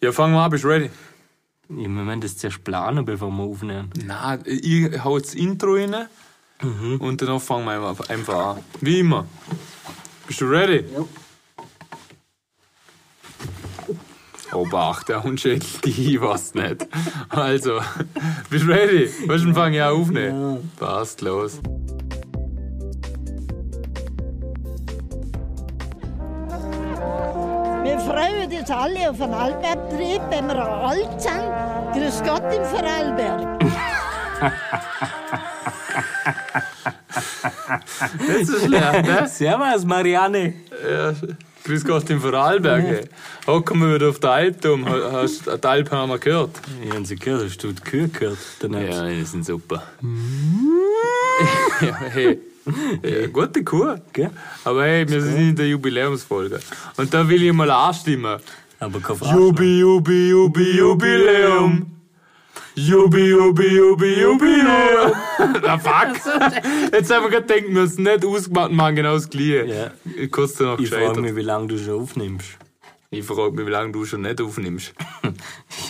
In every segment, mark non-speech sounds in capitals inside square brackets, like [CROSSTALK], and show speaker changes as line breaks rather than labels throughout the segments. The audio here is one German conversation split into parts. Ja, fangen wir ab, ist ready.
Im Moment ist es erst planen, bevor wir aufnehmen.
Na, ich hau jetzt das Intro rein und danach fangen wir einfach- einfach an. Wie immer. Bist du ready? Ja. Obacht, Oh, der Hund schädelt dich, was nicht. Also, bist du ready? Willst du fangen ja aufnehmen? Ja. ne? Passt, los.
Wir freuen uns jetzt alle auf den Alberttrieb, wenn wir alt sind. Grüß Gott im Vorarlberg.
Das ist schlecht, ne?
Servus, Marianne.
Ja. Grüß Gott im Vorarlberg. ey. Hocken wir wieder auf den Alpdom. Hast du den Alp haben wir gehört?
Ich habe sie gehört, hast du die Kühe gehört? Danach.
Ja, die sind super. [LAUGHS] ja, hey. Ja, gute Kuh.
Gell?
Aber hey, wir sind in der Jubiläumsfolge. Und da will ich mal anstimmen.
Aber kein Frage.
Jubi, Jubi, Jubi, Jubiläum. Jubi, Jubi, Jubi, Jubiläum. [LAUGHS] Na fuck. Jetzt haben wir gerade gedacht, wir haben es nicht ausgemacht, machen genau das Gleiche.
Ja.
Ich kostet noch
Ich frage
gescheitert.
mich, wie lange du schon aufnimmst.
Ich frage mich, wie lange du schon nicht aufnimmst.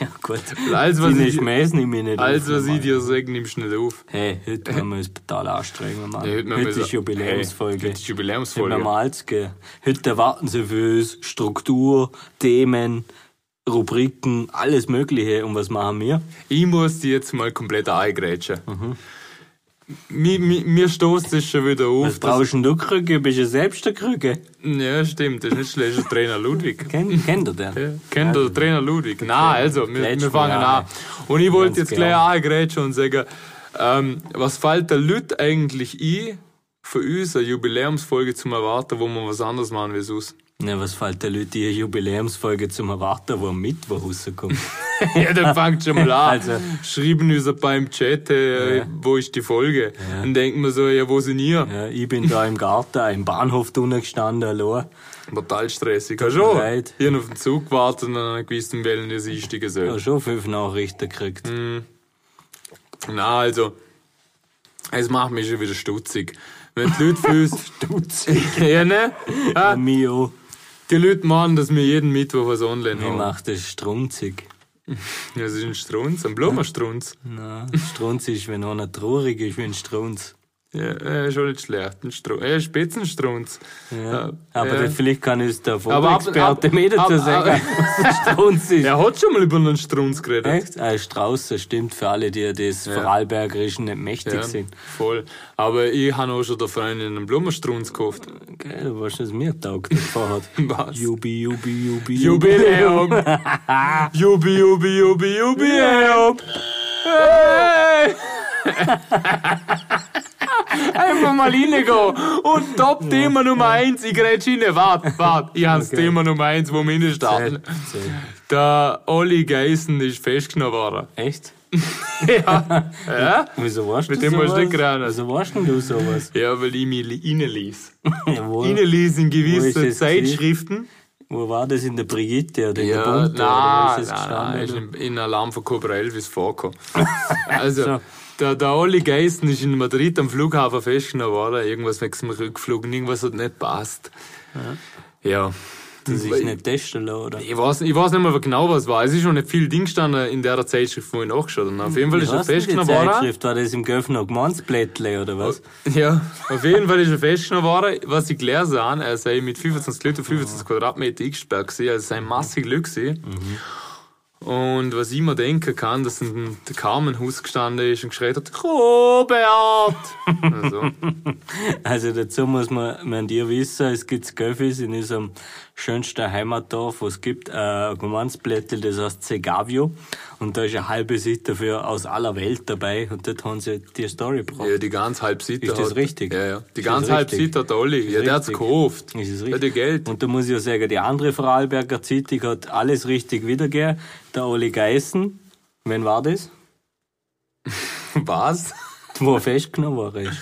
Ja, gut.
Alles, was
Deine
ich-
Schmähs nehme ich nicht
Alles,
auf,
was ich
normal.
dir sage, Also, nimmst du nicht auf.
Hey, heute müssen wir uns total anstrengen, Mann.
Ja,
heute
müssen wir so-
ist Jubiläumsfolge.
Hey, heute ist Jubiläumsfolge.
Heute normal zu gehen. Heute erwarten sie für uns Struktur, Themen, Rubriken, alles Mögliche. Und was machen wir?
Ich muss die jetzt mal komplett eingrätschen. Mir, mir, mir stoßt es schon wieder auf.
Was brauchst denn du Krücke? Bist du selbst der Krücke?
ja, stimmt, das ist nicht schlecht. Das ist Trainer Ludwig.
Kennt, kennt ihr den?
Ja, Kennt ihr den Trainer Ludwig? Nein, also, wir, wir
Grätschen wir
fangen
an.
an. Und ich wollte jetzt
Ganz
gleich
genau.
angrätschen und sagen, ähm, was fällt der Lüt eigentlich ein, für uns eine Jubiläumsfolge zum Erwarten, wo wir was anderes machen wie
[LAUGHS]
sonst?
Na, was fällt der Leute hier Jubiläumsfolge zum Erwarten, wo am Mittwoch rauskommt? [LAUGHS]
ja, dann fangt schon mal an.
Also.
Schreiben uns ein paar im Chat, äh, wo ist die Folge? Dann denken wir so, ja, wo sind ihr?
ja, ich bin da im Garten, im Bahnhof drinnen gestanden, allein.
Total stressig. Hast du schon?
Leid.
Hier auf den Zug gewartet und dann gewusst, um welchen das einsteigen soll.
Ich habe schon fünf Nachrichten gekriegt.
Mhm. Na, also, es macht mich schon wieder stutzig. Wenn die Leute für
[LAUGHS]
uns...
Dutzig.
[LAUGHS] ja, ne?
Ja.
Ah,
Mio,
die Leute machen, dass wir jeden Mittwoch was online
ich
haben.
mach das strunzig.
Ja, das ist ein Strunz, ein Blumenstrunz.
Na, Strunz ist, wenn einer traurig ist, wie ein Strunz.
Ja, äh, schon nicht schlecht. Ein Strunz. Äh, Spitzenstrunz.
Ja.
Äh,
Aber
äh.
das vielleicht kann uns der
Aber ab-
Vogelexperte
ab-
mehr dazu
ab- [LAUGHS]
sagen, [LAUGHS]
ab-
was ein Strunz ist.
Er hat schon mal über einen Strunz geredet.
Echt? Ah, Strauß, das stimmt für alle, die des Vorarlbergerischen nicht mächtig
Ja,
sind.
voll. Aber ich habe auch schon der Freundin einen Blumenstrunz gekauft.
Geil, du weißt, was mir taugt, das Fahrrad.
[LAUGHS] Was?
Jubi, Jubi,
[LAUGHS]
Jubi.
Jubiläum! Jubi, Jubi, Jubi, Jubiläum! Hey! [LAUGHS] Einfach mal reingehen. Und Top-Thema Nummer eins ich grätsch rein. Warte, warte. Ich habe das Thema Nummer eins wo wir reinstarten. Der Olli Geissen ist festgenommen worden. [LAUGHS]
Echt?
Ja. ja?
Wieso warst du
Mit dem musst du nicht
sowas?
gerechnet.
Wieso warst denn
[LAUGHS]
du sowas?
Ja, weil ich mich reinließ.
wo,
Reinließ in
Wo
gewisse
ist das
Zeitschriften.
wo war das? In der Brigitte oder in der
Ja,
Bunte? oder wo
nein,
ist das
nein, nein, ist
gestanden?
in, in Alarm von Cobra Elvis
[LAUGHS]
vorgekommen. also,
So.
der, der Olli Geissen ist in Madrid am Flughafen festgenommen worden. Irgendwas wegen dem Rückflug, irgendwas hat nicht gepasst. Ja.
Dass ich nicht testen lassen, oder?
Ich weiß, ich weiß nicht mehr genau, was war. Es ist schon nicht viel Ding gestanden in der Zeitschrift, wo ich nachgeschaut habe.
Hm,
Auf jeden Fall ist er
Was ist die
festgenommen worden.
Zeitschrift? War das im Göffner Gmannsblättle oder
Oh.
was?
Ja, [LAUGHS] auf jeden Fall ist er festgenommen worden. Was ich gelesen habe, er sei mit 25 Leuten auf 25 Quadratmeter eingesperrt gewesen. Also es sei massig Glück gewesen. Und was ich mir denken kann, dass ein, der Carmen im Haus gestanden ist und geschreit hat, Robert! also,
Also dazu muss man, man dir wissen, es gibt in Göffis in unserem schönsten Heimatdorf, wo es gibt, äh, ein Gmannsblättel, das heißt Segavio. Und da ist eine halbe Seite dafür aus aller Welt dabei. Und dort haben sie die Story gebracht.
ja, die ganze halbe Seite
Ist das
hat,
richtig?
Ja, ja. Die
Ist
ganze
das
halbe
richtig?
Seite hat der Olli.
Ist
Ja, der hat's
richtig?
gekauft.
Ist es
Der hat ja
richtig? [LAUGHS]
Geld.
Und da muss ich ja sagen, die andere Vorarlberger Zeitung hat alles richtig wiedergegeben. Der Oli Geissen, wen war das?
was?
Wo er festgenommen worden ist.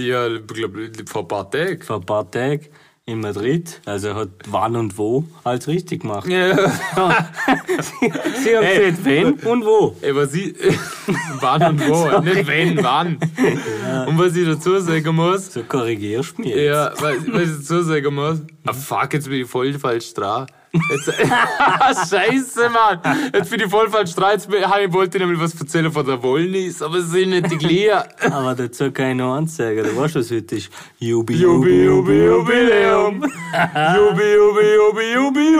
Ja, ich glaube, vor ein paar Tagen.
[LAUGHS] Vor ein paar Tagen in Madrid. Also hat wann und wo alles richtig gemacht.
Ja.
Sie haben
Hey.
gesagt, wen und wo.
Ey, was ich. [LAUGHS] wann und [LAUGHS] wo? Nicht wenn, wann. Und was ich dazu sagen muss.
So korrigierst du mich jetzt.
Ja, was, was ich dazu sagen muss. Ah, fuck, jetzt bin ich voll falsch dran. Jetzt, [LAUGHS] Scheiße, Mann. Jetzt bin ich voll falsch streit. Ich wollte nämlich was erzählen von der Wollnis, aber es sind nicht die Glieder.
Aber dazu kann ich noch eins sagen. Du weißt, was heute ist.
[LAUGHS]
Jubi,
Jubi, Jubi, Jubiläum. [LAUGHS] Jubi, Jubi, Jubi, Jubi,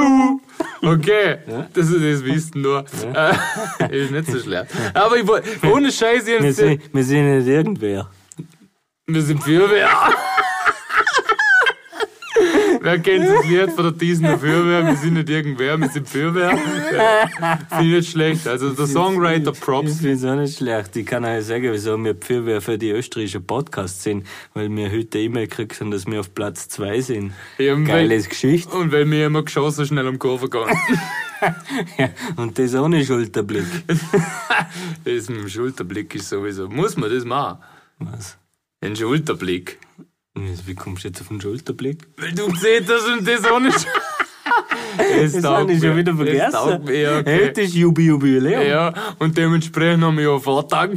Jubi. Okay, das ist das Wissen nur. Äh, [LAUGHS] ist nicht so schlecht. Aber ich, woll- ohne Scheiß,
Wir
jetzt,
sind, wir sind nicht irgendwer.
wir sind Feuerwehr. Wer kennt das Lied von der Disney Feuerwehr? Wir sind nicht irgendwer, wir sind Feuerwehr. Ja, Finde ich nicht schlecht. Also der Songwriter
Ich
Props.
finde es auch nicht schlecht. Ich kann euch sagen, wieso wir Pfirwehr für die österreichischen Podcasts sind, weil wir heute E-Mail gekriegt haben, dass wir auf Platz 2 sind.
Ja, weil-
Geiles Geschichte.
Und weil mir immer geschossen schnell um Kurve gegangen.
Ja, und das ohne Schulterblick.
Das mit dem Schulterblick ist sowieso. Muss man das machen?
Was?
Ein Schulterblick.
Wie kommst du jetzt auf den Schulterblick?
Weil du gesehen hast und das ohne Sch Das,
Das
taugt
habe ich
mir.
schon wieder
Das taugt
vergessen.
mir, ja, okay.
Heute ist Jubi Jubiläum.
Ja, und dementsprechend haben wir ja Vortag.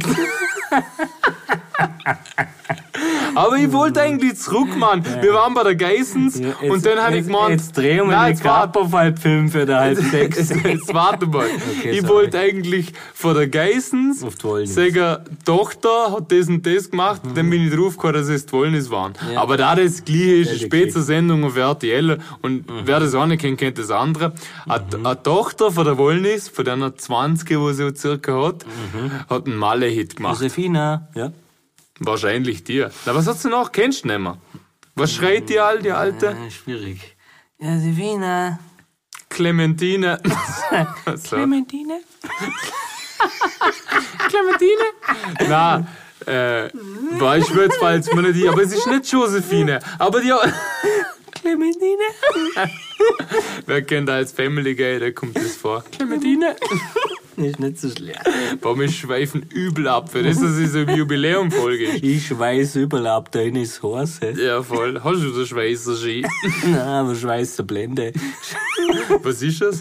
Aber ich wollte eigentlich zurück, Mann. Wir waren bei der Geissens
Ja, jetzt-
und dann habe ich
jetzt-
gemeint.
Jetzt drehen wir
Nein,
den
jetzt war-
Körper auf halb fünf oder
[LAUGHS]
halb sechs. [LAUGHS]
Jetzt warte mal. ich
sorry.
wollte eigentlich von der Geissens
Auf die Wollnis.
sagen, Tochter hat das und das gemacht, dann bin ich draufgekommen, dass es die Wollnis waren.
Ja.
Aber da das gleiche ist, eine
Ja, Mhm. die
Spätsendung auf RTL und wer das eine kennt, kennt das andere. Eine
Mhm.
eine Tochter von der Wollnis, von deiner 20, die sie circa hat,
Mhm.
hat einen Malle-Hit
Also-
gemacht.
Josefina. Ja.
Wahrscheinlich dir. Na, was hat sie noch? Kennst du nicht mehr? Was schreit die all, die alte?
Ah, schwierig. Josefina.
Clementine. so.
Clementine.
Clementine? Na, äh, beispielsweise meine die, aber es ist nicht Josephine. Aber die.
Clementine.
[LAUGHS] Wer kennt da als Family Guy, da kommt das vor.
Clementine. Ist nicht so schlecht.
Boah, wir schweifen übel ab, für das, dass es eine Jubiläumfolge ist.
Ich weiß überall da ist Hose.
Ja, voll. Hast du so Schweißer Ski?
Nein, aber Schweißer Blende.
Was ist das?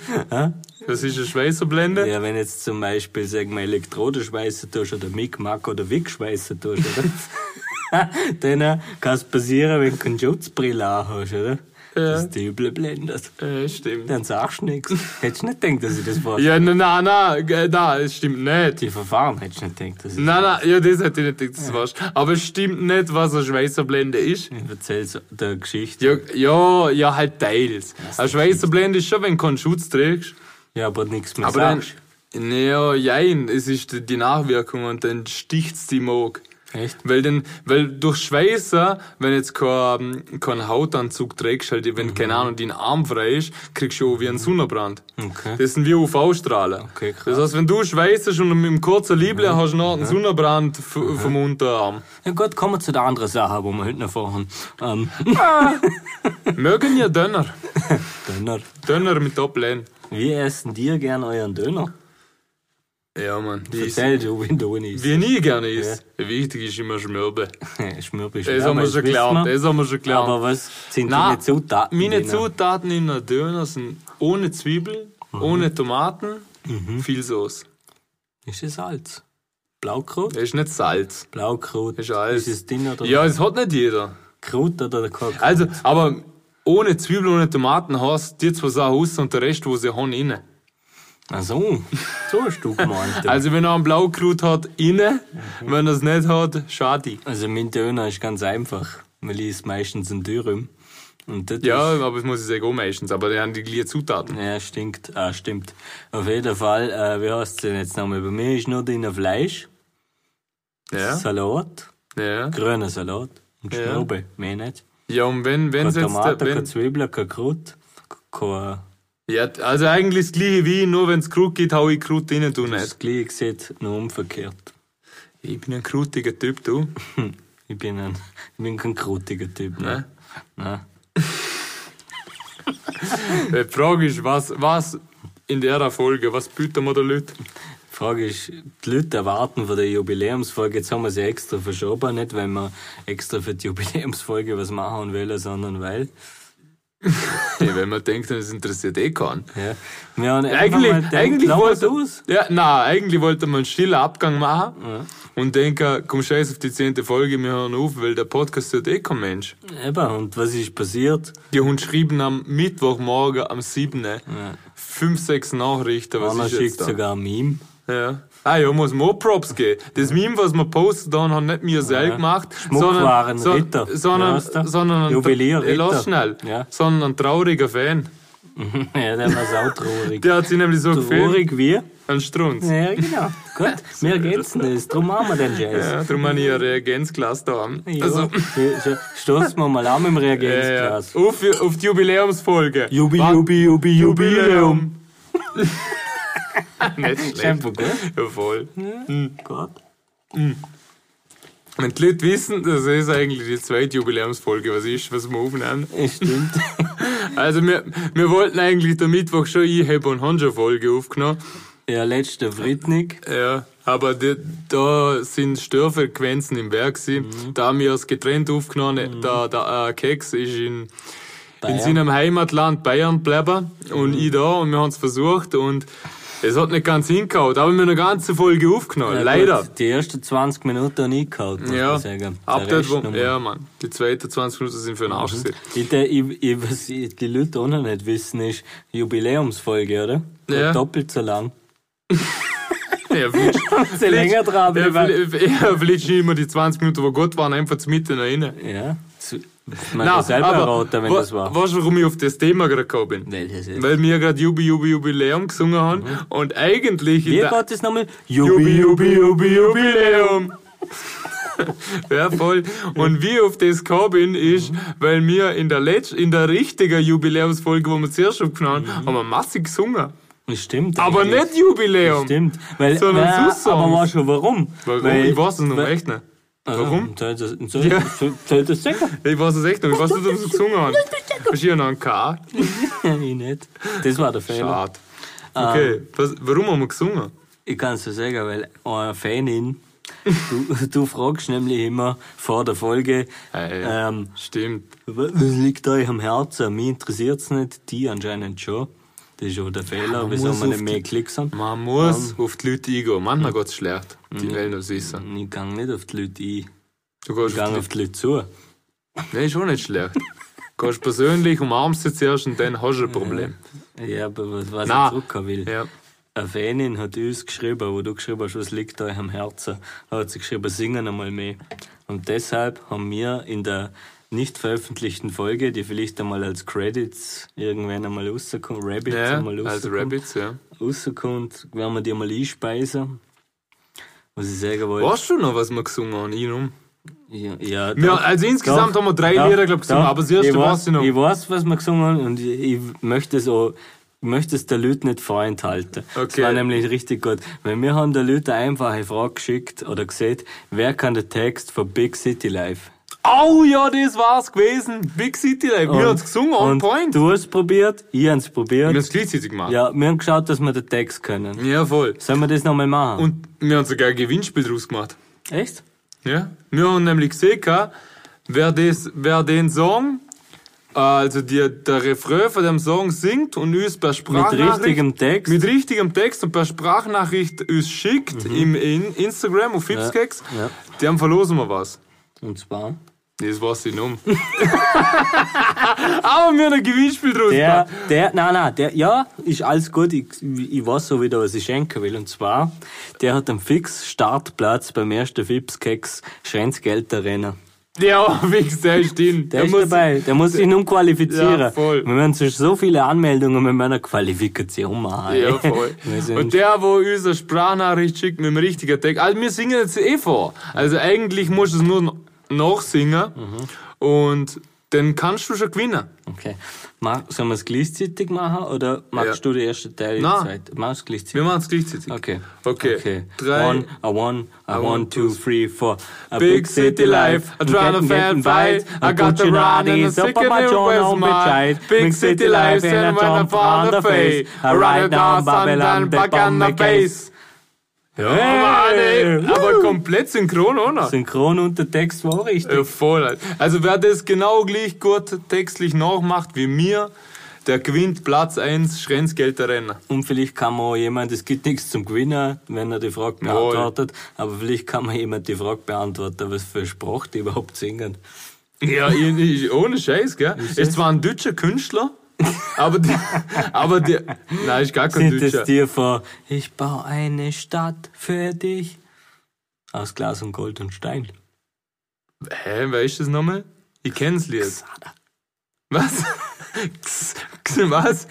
Was ist eine Schweißerblende?
Ja, wenn jetzt zum Beispiel, sagen wir, Elektrode schweißen tust oder Mick, Mack oder Wick schweißen tust, oder? [LAUGHS] Dann äh, kann's passieren, wenn du keine Schutzbrille anhast, oder? Dass die üble blendet.
Äh, stimmt.
Dann sagst du nichts. Hättest du nicht gedacht, dass ich das war?
Ja, na, na, na, äh, na, es stimmt nicht.
Die Verfahren hättest du nicht gedacht, dass ich
Na, na, ja, das hätte ich nicht gedacht, das war's. Aber es stimmt nicht, was eine Schweißerblende ist.
Ich erzähl's der Geschichte.
Ja, ja, ja, halt teils. Eine Schweißerblende ist schon, wenn du keinen Schutz trägst.
Ja, aber nichts mehr
Aber dann,
sagst.
naja, jein, es ist die- die Nachwirkung und dann sticht's die Mag.
Echt?
Weil denn, weil durch Schweißer, wenn jetzt kein, kein Hautanzug trägst, halt,
Mhm.
wenn, keine Ahnung, dein Arm frei ist, kriegst du auch wie einen Sonnenbrand.
Okay.
Das sind wie UV-Strahlen.
Okay, krass. Mhm.
das heißt, wenn du schweißest und mit einem kurzen Lieble hast du noch einen Sonnenbrand f- vom Unterarm.
Na gut, kommen wir zu der anderen Sache, wo wir heute noch vorhaben. Ähm, [LAUGHS]
Mögen ja Döner.
Döner.
Döner mit Doppel-N.
Wie essen dir gern euren Döner?
Ja, Mann. Wie ich,
Erzähl du, wenn du ihn isst.
wie ich nie gerne ist. Wichtig ist immer Schmörbe.
[LAUGHS] Schmürbisch.
Das haben wir schon gelernt. Das haben wir schon gelernt.
Aber was sind
Na,
deine Zutaten?
Meine
drin?
Zutaten in einer Döner sind ohne Zwiebeln,
Mhm.
ohne Tomaten, viel Sauce.
Ist es Salz? Blaukraut?
Das ist nicht Salz.
Blaukraut.
Ist alles.
Ist es dünn oder
Ja, das hat nicht jeder.
Kraut oder Kork?
Also, aber ohne Zwiebeln, ohne Tomaten hast die zwei Sachen raus und der Rest, wo sie haben, innen.
Ach so, so hast du gemeint. du.
Also, wenn er einen Blaukraut hat, innen.
Mhm.
Wenn er es nicht hat, schade.
also mein Döner ist ganz einfach. Man liest meistens in Dürüm. Und das
Ja,
ist-
aber das muss ich sagen, auch meistens. Aber die haben die gleichen Zutaten.
Ja, stinkt. Ah, stimmt. Auf jeden Fall, äh, wie heißt es denn jetzt nochmal? Bei mir ist nur drin Fleisch,
Ja.
Salat,
Ja,
grüner Salat und
Ja.
Schnurbe. Mehr nicht.
ja und wenn, wenn
Keine
es jetzt. äh,
Tomaten,
wenn,
keine Zwiebeln, keine Kraut, keine...
ja, also eigentlich das gleiche wie, nur wenn es Krut gibt, hau ich Krut rein, du nicht.
Das gleiche sieht nur umverkehrt.
Ich bin ein krutiger Typ, du.
Ich bin, ein, ich bin kein krutiger Typ. Ne? Nein.
[LAUGHS] Die Frage ist, was, was in der Folge, was bieten wir den [LAUGHS] Leuten?
Die Frage ist, die Leute erwarten von der Jubiläumsfolge, jetzt haben wir sie extra verschoben, nicht weil wir extra für die Jubiläumsfolge was machen wollen, sondern weil
Wenn man denkt, das interessiert eh keinen.
Ja. Wir haben
Eigentlich,
einfach mal
eigentlich
lauert
wollte,
aus.
ja, na, eigentlich wollte man einen stillen Abgang machen und denken, komm scheiß auf die zehnte Folge, wir hören auf, weil der Podcast hört eh kein Mensch.
Eben, und was ist passiert?
Die haben geschrieben am Mittwochmorgen am 7. Fünf, sechs Nachrichten, was
Anna
ist jetzt
schickt
da?
sogar ein Meme. [LAUGHS]
Ja. Ah, ja, muss man auch Props geben. Das Meme, was wir postet haben, hat nicht mir selber gemacht, sondern,
Schmuckwaren,
so-
Ritter. Ja,
sondern,
weißt du?
sondern, ein-
Juwelier,
Äh, lass
Ritter.
schnell,
Ja.
sondern ein trauriger Fan.
ja, der war
[LAUGHS]
sautraurig.
Der hat sich nämlich so gefühlt,
Traurig wie?
ein Strunz. [LAUGHS]
Ja, genau. Gut, wir ergänzen das. Drum machen wir den Jazz.
Ja, darum habe ich ein Reagenzglas da an.
Ja.
Also,
Stoßen wir mal an mit dem
äh,
Reagenzglas.
auf, auf die Jubiläumsfolge.
Jubi,
Wa-
Jubi, Jubi, Jubiläum.
[LAUGHS] Nicht schlecht.
Shampoo, gell?
Ja, voll.
Gott.
Wenn die Leute wissen, das ist eigentlich die zweite Jubiläumsfolge, was ist, was wir aufnehmen.
Es Stimmt.
Also wir, wir wollten eigentlich der Mittwoch schon ich habe und Hanjo Folge aufgenommen.
Ja, letzter Fritnik.
Ja, aber die, da sind Störfrequenzen im Werk. Mhm. Da haben wir es getrennt aufgenommen. Da, da äh, Keks ist in, in
Mhm. Bayern. Mhm.
seinem Heimatland Bayern geblieben und ich da und wir haben es versucht und es hat nicht ganz hingehauen. Da haben wir eine ganze Folge aufgenommen,
Ja,
leider.
gut, Die ersten 20 Minuten habe ich gehabt, muss
Ja,
man sagen. Der
ab dort,
Rest Mhm.
wo,
noch mal.
ja, Mann. Die zweiten 20 Minuten sind für den Arsch. gewesen.
Ich, der- ich, ich, was die Leute auch noch nicht wissen, ist Jubiläumsfolge, oder?
Ja.
Doppelt so lang.
Ja, Flitsch.
[LAUGHS] Sie länger dran
Ja,
bleiben.
Fli- ja, Flitsch nicht immer die 20 Minuten, wo gut waren, einfach mitten rein.
Ja. zu- Man kann selber erraten, wenn
wa-
das war.
Weißt du, warum ich auf das Thema gerade gekommen bin?
Welches jetzt? Mhm.
Weil wir gerade Jubi Jubi Jubiläum gesungen haben und eigentlich in
Wie
der
geht es nochmal?
Jubi
Jubi,
Jubi Jubi Jubiläum. [LAUGHS] ja, voll. Und wie ich auf das gekommen bin,
Mhm.
ist, weil wir in der letzten, in der richtigen Jubiläumsfolge, wo wir zuerst aufgenommen
Mhm.
haben, haben wir massig gesungen.
Stimmt.
Aber
eigentlich.
nicht Jubiläum.
Stimmt. Weil,
Sondern
na,
Sus-Songs.
aber war schon warum?
Warum?
Weil,
oh, ich weiß es noch
weil- Ah.
echt nicht. Warum?
[LAUGHS] Soll ich das, soll ich, soll soll ich das sagen? [LAUGHS]
Ich weiß es echt nicht. Ich weiß nicht, ob sie es gesungen haben. Hast du hier noch einen K?
ich nicht. Das war der Fehler.
Schade.
Ah.
Okay, was, warum haben wir gesungen?
Ich kann es dir sagen, weil eine Fanin, du, du fragst nämlich immer vor der Folge,
Hey,
ähm,
Stimmt.
was liegt euch am Herzen? Mich interessiert's nicht, die anscheinend schon. Das ist schon der Fehler,
man
wieso
muss
wir
auf
nicht
die-
mehr Klicks haben.
Man muss auf die Leute eingehen. Manchmal geht's schlecht. Die wollen uns wissen.
Ich gang nicht auf die Leute ein,
Du gehst
ich gang
auf
auf die Leute zu.
die Nein, ist auch nicht schlecht. [LAUGHS] Du gehst persönlich, umarmst sie zuerst und dann hast du ein Problem.
Ja, aber was, was
Na.
ich zurückhaben will.
Ja.
Eine Fanin hat uns geschrieben, wo du geschrieben hast, was liegt euch am Herzen, hat sie geschrieben, singen einmal mehr. Und deshalb haben wir in der nicht veröffentlichten Folge, die vielleicht einmal als Credits irgendwann einmal rauskommt, Rabbits
Ja,
einmal
also
rauskommt,
Rabbits, ja.
rauskommt, werden wir die mal einspeisen. Was ich sagen wollte.
Weißt du noch, was wir gesungen haben? Ich um? noch.
Ja, ja,
Wir,
doch.
also insgesamt haben wir drei
Ja,
Lieder, glaube ich, gesungen,
ja.
aber das erste
ich
weiß ich noch.
Ich weiß, was wir gesungen haben und ich, ich möchte es auch, ich möchte es der Leute nicht vorenthalten.
Okay.
Das war nämlich richtig gut. Weil wir haben der Leute eine einfache Frage geschickt oder gesehen, wer kann den Text von Big City Life?
Oh ja, das war's gewesen. Big City Life. Wir
Und-
haben es gesungen, on
und
point. Wir
Du hast es probiert, ich habe es probiert.
haben es gleichzeitig gemacht.
ja, wir haben geschaut, dass wir den Text können.
ja voll.
Sollen wir das nochmal machen?
Und wir haben sogar ein Gewinnspiel draus gemacht.
Echt?
Ja. Wir haben nämlich gesehen, gehabt, wer, das, wer den Song, äh, also die, der Refrain von dem Song singt und uns per
Mit
Sprachnachricht...
richtigem Text?
Ah, Mit richtigem Text und per Sprachnachricht uns schickt im in Instagram auf Fipskex,
Mhm. Ja, ja.
dem verlosen wir was.
und zwar?
Das war's nicht um. [LAUGHS] Aber wir haben ein Gewinnspiel draus
Der,
gemacht.
der, nein, nein, der, ja, ist alles gut. Ich, ich weiß so wieder, was ich schenken will. Und zwar, der hat einen fix Startplatz beim ersten Fips-Keks Schrenzgelder-Rennen.
Ja, [LAUGHS] fix, der ist drin.
Der, ist dabei, der muss sich nun qualifizieren.
Ja, voll.
Wir werden sich so viele Anmeldungen mit meiner Qualifikation machen.
Ja, [LAUGHS] voll.
[LAUGHS] Wir sind-
Und der, wo uns eine Sprachnachricht schickt mit dem richtigen Text. Also, wir singen jetzt eh vor. Also, eigentlich musst du es nur n- nachsingen. Mhm. Und dann kannst du schon gewinnen.
Okay. Mach, sollen wir es gleichzeitig machen oder machst
Ja.
du den ersten Teil die
Nein.
zweite? Machst du gleichzeitig?
Wir machen es gleichzeitig.
Okay.
Okay. Drei.
One, a one, a one, two, three, four. A
Big city life, I try to fan fight, I got the run and the sick and it was mine. oh, Big city life, and when I fall on the face, I ride down, Babylon, back on the face. Ja, Mann, ey. aber komplett synchron, oder?
Synchron und der Text war richtig.
Ja, Äh, voll. Alter. Also wer das genau gleich gut textlich nachmacht wie mir, der gewinnt Platz 1 Schrenzgelder Renner.
Und vielleicht kann man auch jemand, es gibt nichts zum Gewinnen, wenn er die Frage
Jawohl.
beantwortet, aber vielleicht kann man jemand die Frage beantworten, was für Sprache die überhaupt singen.
Ja, ich, ich, ohne Scheiß, gell? Ist zwar ein deutscher Künstler, aber die, aber die, nein, ist gar kein
Sind es
deutscher.
dir vor, ich baue eine Stadt für dich aus Glas und Gold und Stein?
Hä, wer ist das nochmal? Ich kenn's Lied.
Sada.
Was? X, X, was?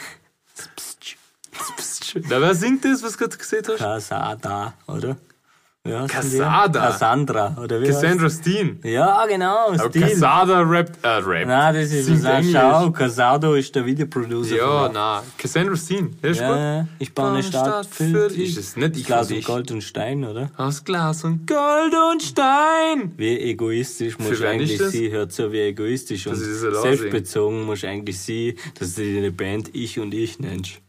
Na, wer singt das, was du gerade gesehen hast?
Casada, oder? Ja,
Casada.
Cassandra, oder wie heißt-
Cassandra Steen.
Ja, genau, Stil.
Casada rappt, äh, rappt.
Nein, das ist
Singt
ein
Englisch.
Schau. Casado ist der Videoproducer.
Ja,
von-
na, Cassandra Steen, der ist gut.
ja, ich baue eine Stadt für dich.
Ist es nicht ich
Glas
für
und
dich.
Gold und Stein, oder?
Aus Glas und Gold und Stein.
Wie egoistisch muss
Für wen
eigentlich
ist das?
sie, hört so wie egoistisch und
Dass ich das allein
selbstbezogen muss eigentlich sie, dass du deine Band ich und ich nennst.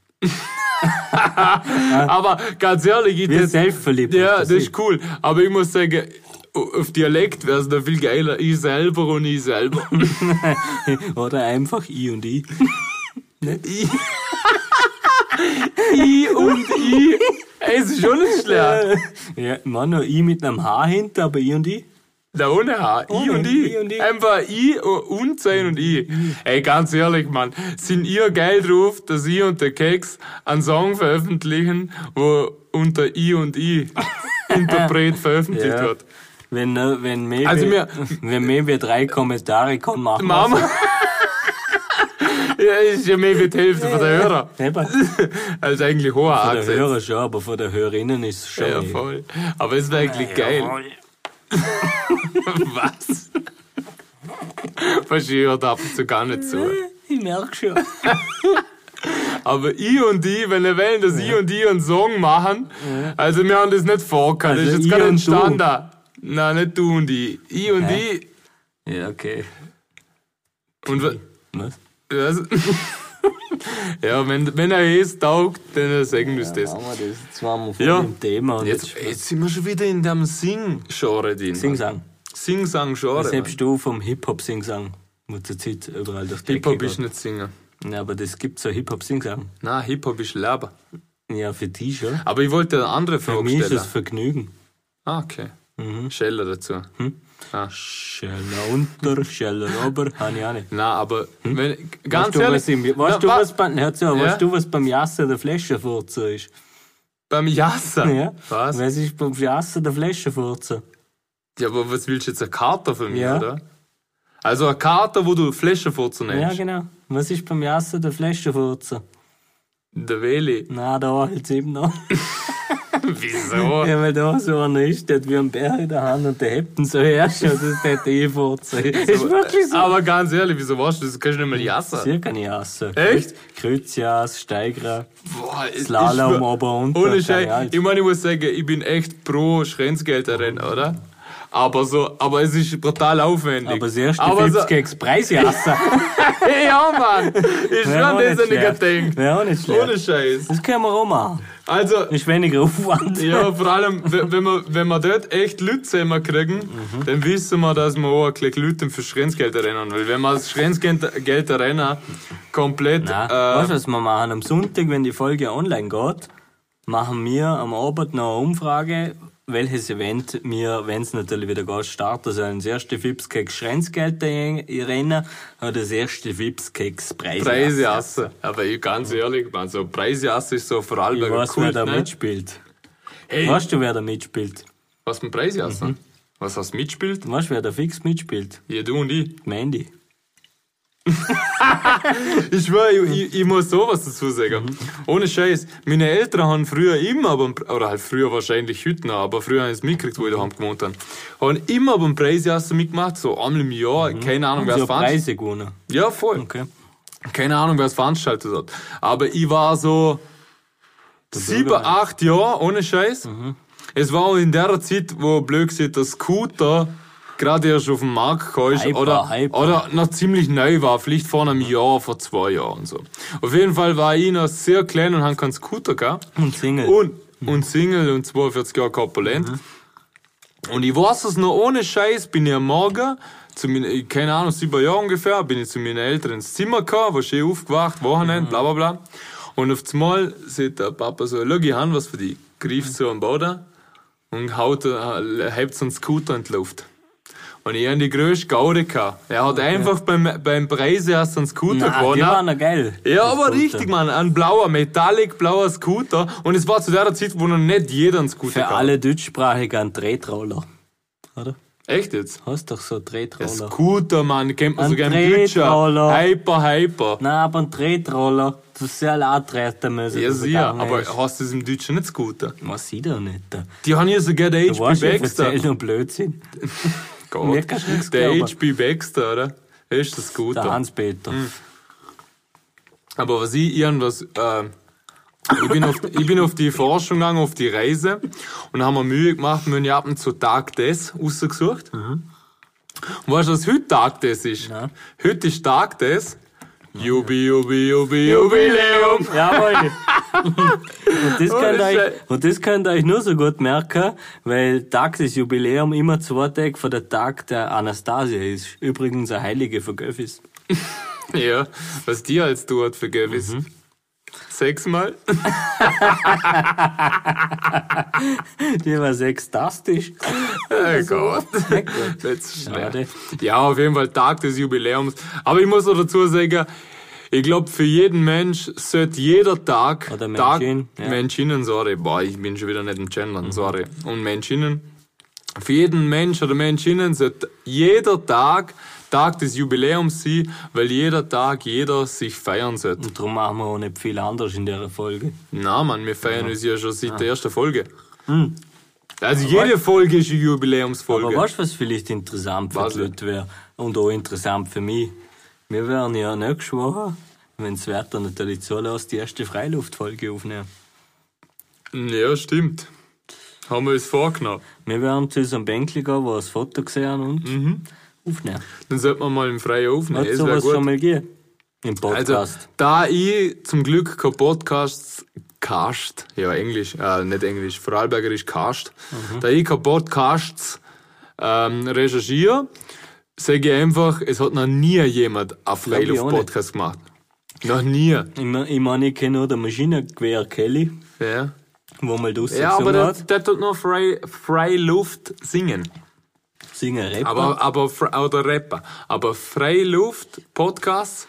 Aber ganz ehrlich, ich
Wir
das-
selbstverliebt
Ja,
ist das
das ist cool. Aber ich muss sagen, auf Dialekt wäre es noch viel geiler. Ich selber und ich selber.
[LAUGHS] Oder einfach ich und ich. [LAUGHS]
ich Ich und ich. Ey, es ist schon nicht
Äh.
schlecht.
ja, Mann, noch ich mit einem Haar hinter, aber ich und ich.
Da ohne H. Ich
Ohne,
und ich.
ich und ich. Mhm.
Einfach ich und- und sein und ich. Ey, ganz ehrlich, Mann. Sind ihr geil drauf, dass ich und der Keks einen Song veröffentlichen, wo unter ich und
[LAUGHS]
ich Interpret veröffentlicht
Ja.
wird?
Wenn, äh, wenn mehr,
Also
wie-
mir-
wenn mehr wie drei Kommentare kommen, machen
Mama. [LAUGHS] ja, ist ja mehr wie die Hälfte von der Hörer. [LAUGHS]
Von
Also eigentlich hoher
der
Akzent.
Hörer schon, aber von der Hörerinnen ist es schon.
Ja,
nicht.
voll. Aber es wäre eigentlich geil. [LAUGHS] Was? Verstehe ich ab und zu gar nicht zu.
[LAUGHS] Ich merke schon.
Aber ich und die, wenn ihr wollen, dass ich und die einen Song machen, also wir haben das nicht vorgehabt. Das
Also
ist
ich
jetzt gar
und
nicht
du.
Standard. Nein, nicht du und ich. Ich und
Hä?
die.
Ja, okay.
Und wa- [LAUGHS]
Was?
was? ja, wenn, wenn er es taugt, dann sagen wir es das.
Machen wir das zweimal vor
Ja.
dem Thema und
Jetzt,
jetzt,
jetzt sind wir schon wieder in dem Sing-Genre drin.
Sing-Sang.
Sing-Sang-Genre. Mann.
Selbst du vom Hip-Hop-Sing-Sang, wo zur Zeit überall das
Hip-Hop ist nicht Singen.
Ja, aber das gibt so Hip-Hop-Sing-Sang.
Nein, Hip-Hop ist Leben.
Ja, für die schon.
Aber ich wollte eine andere
Für
Frage
mich ist es Mhm.
stellen.
Vergnügen.
Ah, okay. Scheller dazu.
Hm?
Ah.
Scheller unter, Scheller ober, [LAUGHS] habe ich auch nicht.
Nein, aber wenn,
Hm? Weißt
ganz
du,
ehrlich.
was, im, weißt
Na,
du,
wa-
was, bei, hör zu,
Ja?
weißt du, was beim Jassen der Flaschenfurzer ist? [LAUGHS]
Beim Jassen?
Ja.
Was?
Was ist beim Jassen der Flaschenfurzer?
Ja, aber was willst du jetzt? Eine Karte von mir,
Ja.
oder? Also eine Karte, wo du Flaschen vorzunehmen.
Ja, genau. Was ist beim Jassen der Flaschenfurzer?
Der
[LAUGHS]
Weli.
Na, da jetzt eben noch. [LAUGHS]
Wieso?
Ja, weil da so einer ist, der hat wie ein Bär in der Hand und der hebt ihn so her, schon, das ist
[LAUGHS]
der T-Furzer. Ist wirklich so.
Aber ganz ehrlich, wieso warst du das? Kannst du nicht mal Jassen?
Sicher kann ich jassen.
Echt?
Kreuzjas, Steigerer,
Boah, ich- ich
Slalom,
schwör-
ober und
Ohne Scheiß. Ich meine, ich muss sagen, ich bin echt pro Schrenzgelderin, oder? Aber so, aber es ist brutal aufwendig.
Aber sehr
aber so,
Stefizkeks
[LAUGHS]
Preisjasser.
Ja, Mann! Ich schwör, an das hätte ich nicht gedacht.
Wäre auch nicht schlecht.
Ohne Scheiß.
Das können wir auch machen.
Also,
Ist weniger Aufwand.
[LAUGHS] ja, vor allem, we- wenn wir, wenn wir dort echt Leute zusammen kriegen,
Mhm.
dann wissen wir, dass wir auch ein bisschen Leute für Schrenzgeld erinnern. Weil wenn wir das Schrenzgeld erinnern, komplett,
Nein.
äh,
Weißt du, was wir machen? Am Sonntag, wenn die Folge online geht, machen wir am Abend noch eine Umfrage, welches Event wir, wenn es natürlich wieder geht, starten sollen. Das erste Fips gegen Schrenzgeld rennen oder das erste Fips gegen Preis.
Preisjasse. Aber ich, ganz ehrlich, man, so Preisjasse ist so vor allem
Ich weiß, wer
cool.
da
Ne?
mitspielt.
Hey.
Weißt du, wer da mitspielt?
Was mit Preisjasse? Was hast du mitspielt?
Weißt du, wer da fix mitspielt?
Ja, du und ich.
Mandy.
Ich schwör, ich, ich, ich muss sowas dazu sagen. Ohne Scheiß. Meine Eltern haben früher immer, beim, oder halt früher wahrscheinlich heute noch, aber früher haben sie es mitgekriegt, wo ich daheim gewohnt habe. Haben immer beim Preisjassen mitgemacht, so einmal im Jahr. Keine Ahnung, wer
Sie
es
hat
veranstaltet
Preise gewonnen.
Ja, voll.
Okay.
Keine Ahnung, wer es veranstaltet hat. Aber ich war so sieben, acht Jahre, ohne Scheiß. Es war auch in der Zeit, wo blöd gesagt, der Scooter gerade erst auf den Markt kam ist
Hyper,
oder,
hyper.
oder noch ziemlich neu war, vielleicht vor einem Jahr, vor zwei Jahren und so. Auf jeden Fall war ich noch sehr klein und habe keinen Scooter gehabt.
Und Single.
Und, und Single und 42 Jahre korpulent. Und ich weiß es noch ohne Scheiß, bin ich am Morgen, zu meinen, keine Ahnung, sieben Jahre ungefähr, bin ich zu meinen Eltern ins Zimmer gekommen, war schön aufgewacht, Wochenende, bla bla bla. Und auf einmal sieht der Papa so, schau, ich habe was für dich. Greift so am Boden und haut, äh, hebt so einen Scooter in die Luft. Und ich habe die größte Gaude gehabt. Er hat einfach beim, beim Preise erst einen Scooter ne?
Nein, Ah, die waren ja geil.
ja,
Das
aber
Gute.
richtig, Mann. Ein blauer, metallic blauer Scooter. Und es war zu der Zeit, wo noch nicht jeder einen Scooter
Für
gehabt
alle deutschsprachigen einen Drehtroller. Oder?
Echt jetzt?
Hast doch so einen
Ein
Drehtroller.
Scooter, Mann. Kennt man
Ein
sogar im Deutscher.
Tretroller.
Hyper, hyper.
Nein, aber ein Drehtroller. Du sollst ja auch treten müssen.
ja,
dass er
sicher.
gegangen
Aber
ist.
hast du es im Deutschen nicht Scooter?
Was sieht er nicht? Da?
Die haben ja sogar der
Du weißt,
HB
ich
Baxter.
erzähle nur Blödsinn.
Gott.
mir kannst du nichts
Der
glauben.
HB Baxter, oder? Das ist der
Der
Scooter.
Hans-Peter.
Hm. Aber was ich irgendwas, äh, ich, bin auf, ich bin auf die Forschung gegangen, auf die Reise und haben mir Mühe gemacht, wir haben ja ab und zu Tag des rausgesucht. Und weißt du, was heute Tag des ist?
Nein.
Heute ist Tag des Jubi, Jubi, Jubi, Jubiläum.
[LAUGHS] Jawohl. und, das könnt
Ohne
ihr
Scheiß.
euch, und das könnt ihr euch nur so gut merken, weil Tag des Jubiläum immer zwei Tage vor der Tag der Anastasia ist. Übrigens eine Heilige von Göffis.
Ja, was die als du hat für gewiss. Sechsmal?
Die war Also, sextastisch.
Oh Gott. Jetzt ist schnell.
Schade.
Ja, auf jeden Fall Tag des Jubiläums. Aber ich muss noch dazu sagen, ich glaube, für jeden Mensch sollte jeder Tag.
Oder
Tag,
Menschen, ja.
Menschinnen, sorry. Boah, ich bin schon wieder nicht im Gendern, sorry. Und Menschinnen. Für jeden Mensch oder Menschinnen sollte jeder Tag Tag des Jubiläums sein, weil jeder Tag jeder sich feiern sollte.
Und darum machen wir auch nicht viel anders in der Folge.
Na, Mann, wir feiern uns ja schon seit der ersten Folge. Also jede Folge ist eine Jubiläumsfolge.
Hm. Aber weißt du, was vielleicht interessant für
Was?
die Leute wäre? Und auch interessant für mich. Wir wären ja nächste Woche, wenn das Wetter natürlich zulässt, die erste Freiluftfolge aufnehmen.
Ja, stimmt. Haben wir uns vorgenommen.
Wir werden zu unserem Bänkli gehen, wo wir das Foto gesehen und
Mhm.
aufnehmen.
Dann sollten wir mal im Freien aufnehmen.
Hat
Es wär
sowas
gut.
schon mal gegeben? Im Podcast.
also, da ich zum Glück kein Podcast cast, ja, Englisch, äh, nicht Englisch, Vorarlbergerisch cast,
Mhm.
da ich kein Podcasts ähm, recherchiere, sage ich einfach, es hat noch nie jemand einen
Glaub ich auch
Freiluft-Podcast gemacht. Noch nie.
ich mein- ich meine, ich kenne auch den Maschinengewehr Kelly,
Ja.
wo mal draußen
Ja, aber der,
hat.
der tut nur frei, frei Luft singen.
Singen Rapper.
Aber, aber, fr- oder Rapper. Aber frei Luft Podcast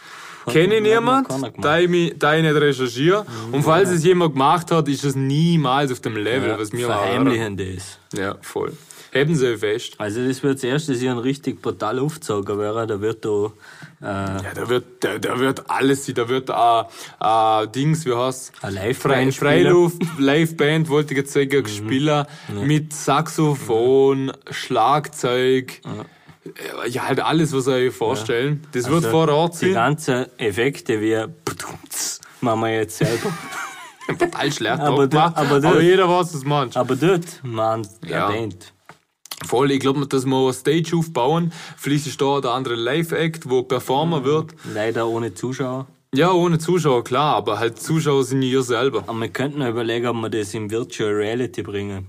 kenne ich
noch
niemand,
keiner gemacht. Mhm.
da ich, mich, da ich nicht recherchiere. Und falls es jemand gemacht hat, ist es niemals auf dem Level,
ja,
was wir haben.
verheimlichen das.
Ja, voll. Heben Sie fest.
Also, das wird das erste, dass ich einen richtig brutal aufzogen wäre. Da wird da. Äh,
Ja, da wird, da, da wird alles sein. Da wird äh, äh, Dings, wie heißt
Eine Ah, Liveband Mhm.
Frei, Freiluft, Liveband, wollte ich jetzt sagen, Spieler mit Saxophon, Schlagzeug. Ja. halt alles, was ihr euch vorstellen. Das wird
Also,
vor Ort
Die
sein.
ganzen Effekte wie. Ptumts, machen wir jetzt
[LAUGHS]
selber.
Total schlecht
Aber
aber,
da-
aber,
aber da-
jeder weiß, was man
aber dort, man,
Ja.
erwähnt.
Voll, ich glaube, dass wir eine Stage aufbauen. Vielleicht ist da der andere Live-Act, wo
Mhm.
performen wird.
Leider ohne Zuschauer.
Ja, ohne Zuschauer, klar, aber halt Zuschauer sind ihr selber.
Aber wir könnten noch überlegen, ob wir das in Virtual Reality bringen.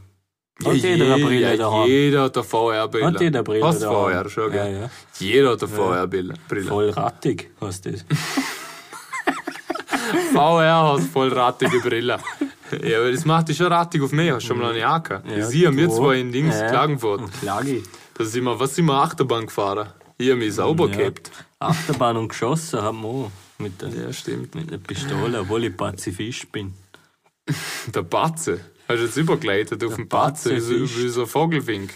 Ja,
Hat jeder eine Brille
ja,
daheim.
jeder hat eine VR-Brille.
Hat jeder Brille
Hast
daheim.
VR schon, gell?
Ja, ja.
Jeder hat eine VR-Brille. [LAUGHS]
Voll rattig hast das.
VR hast voll rattige
[LAUGHS]
Brille. ja, aber das macht dich schon rattig auf mich, hast schon mal eine Jacke. ich sehe wir
wo?
zwei in Dings,
Mhm. Ja.
Klagenfurt.
Klagi.
Da sind wir, was sind wir Achterbahn gefahren? Ich habe mich sauber
Ja.
gehabt.
Achterbahn und geschossen haben wir auch. Mit, der,
Ja, stimmt.
mit einer Pistole, obwohl ich Pazifist bin.
Der Batze. Hast du jetzt übergeleitet auf den Batze,
Batze
so,
ist-
wie so ein Vogelfink.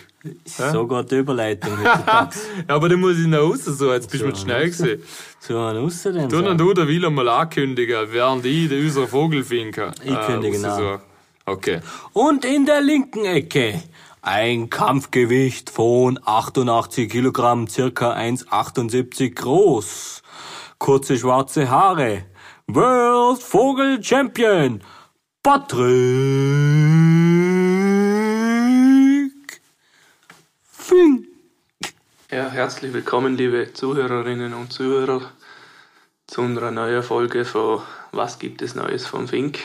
So geht die
[LAUGHS]
Überleitung heutzutage.
Ja, aber den muss ich noch raus, so, jetzt bist du mit
So,
schnell gewesen.
so ein Ausser denn.
Du und
so.
du, der Wieler mal ankündigen, während ich den unseren Vogelfinker.
Ich kündige nach.
raussuche. Okay.
Und in der linken Ecke ein Kampfgewicht von 88 Kilogramm, circa 1,78 groß. Kurze schwarze Haare. World Vogel Champion. Patrick Fink.
Ja, herzlich willkommen, liebe Zuhörerinnen und Zuhörer, zu unserer neuen Folge von Was gibt es Neues vom Fink?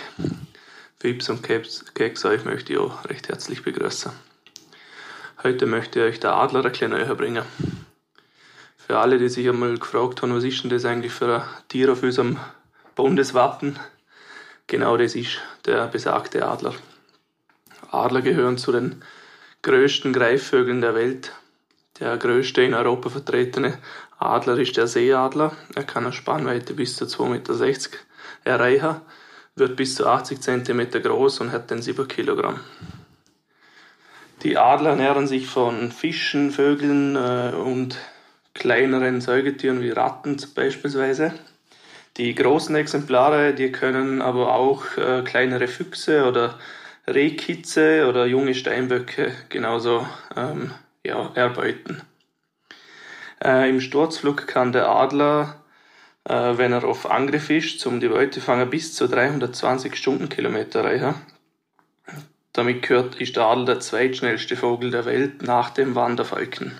Fips und Keks, Keks, euch möchte ich auch recht herzlich begrüßen. Heute möchte ich euch der Adler ein kleiner näher bringen. Für alle, die sich einmal gefragt haben, was ist denn das eigentlich für ein Tier auf unserem Bundeswappen? Genau das ist der besagte Adler. Adler gehören zu den größten Greifvögeln der Welt. Der größte in Europa vertretene Adler ist der Seeadler. Er kann eine Spannweite bis zu 2,60 Meter erreichen, wird bis zu 80 cm groß und hat dann 7 Kilogramm. Die Adler ernähren sich von Fischen, Vögeln äh, und kleineren Säugetieren wie Ratten beispielsweise. Die großen Exemplare, die können aber auch äh, kleinere Füchse oder Rehkitze oder junge Steinböcke genauso ähm, ja, erbeuten. Äh, Im Sturzflug kann der Adler, äh, wenn er auf Angriff ist, zum die Beutefanger bis zu 320 Stundenkilometer reichen. Damit gehört, ist der Adler der zweitschnellste Vogel der Welt nach dem Wanderfalken.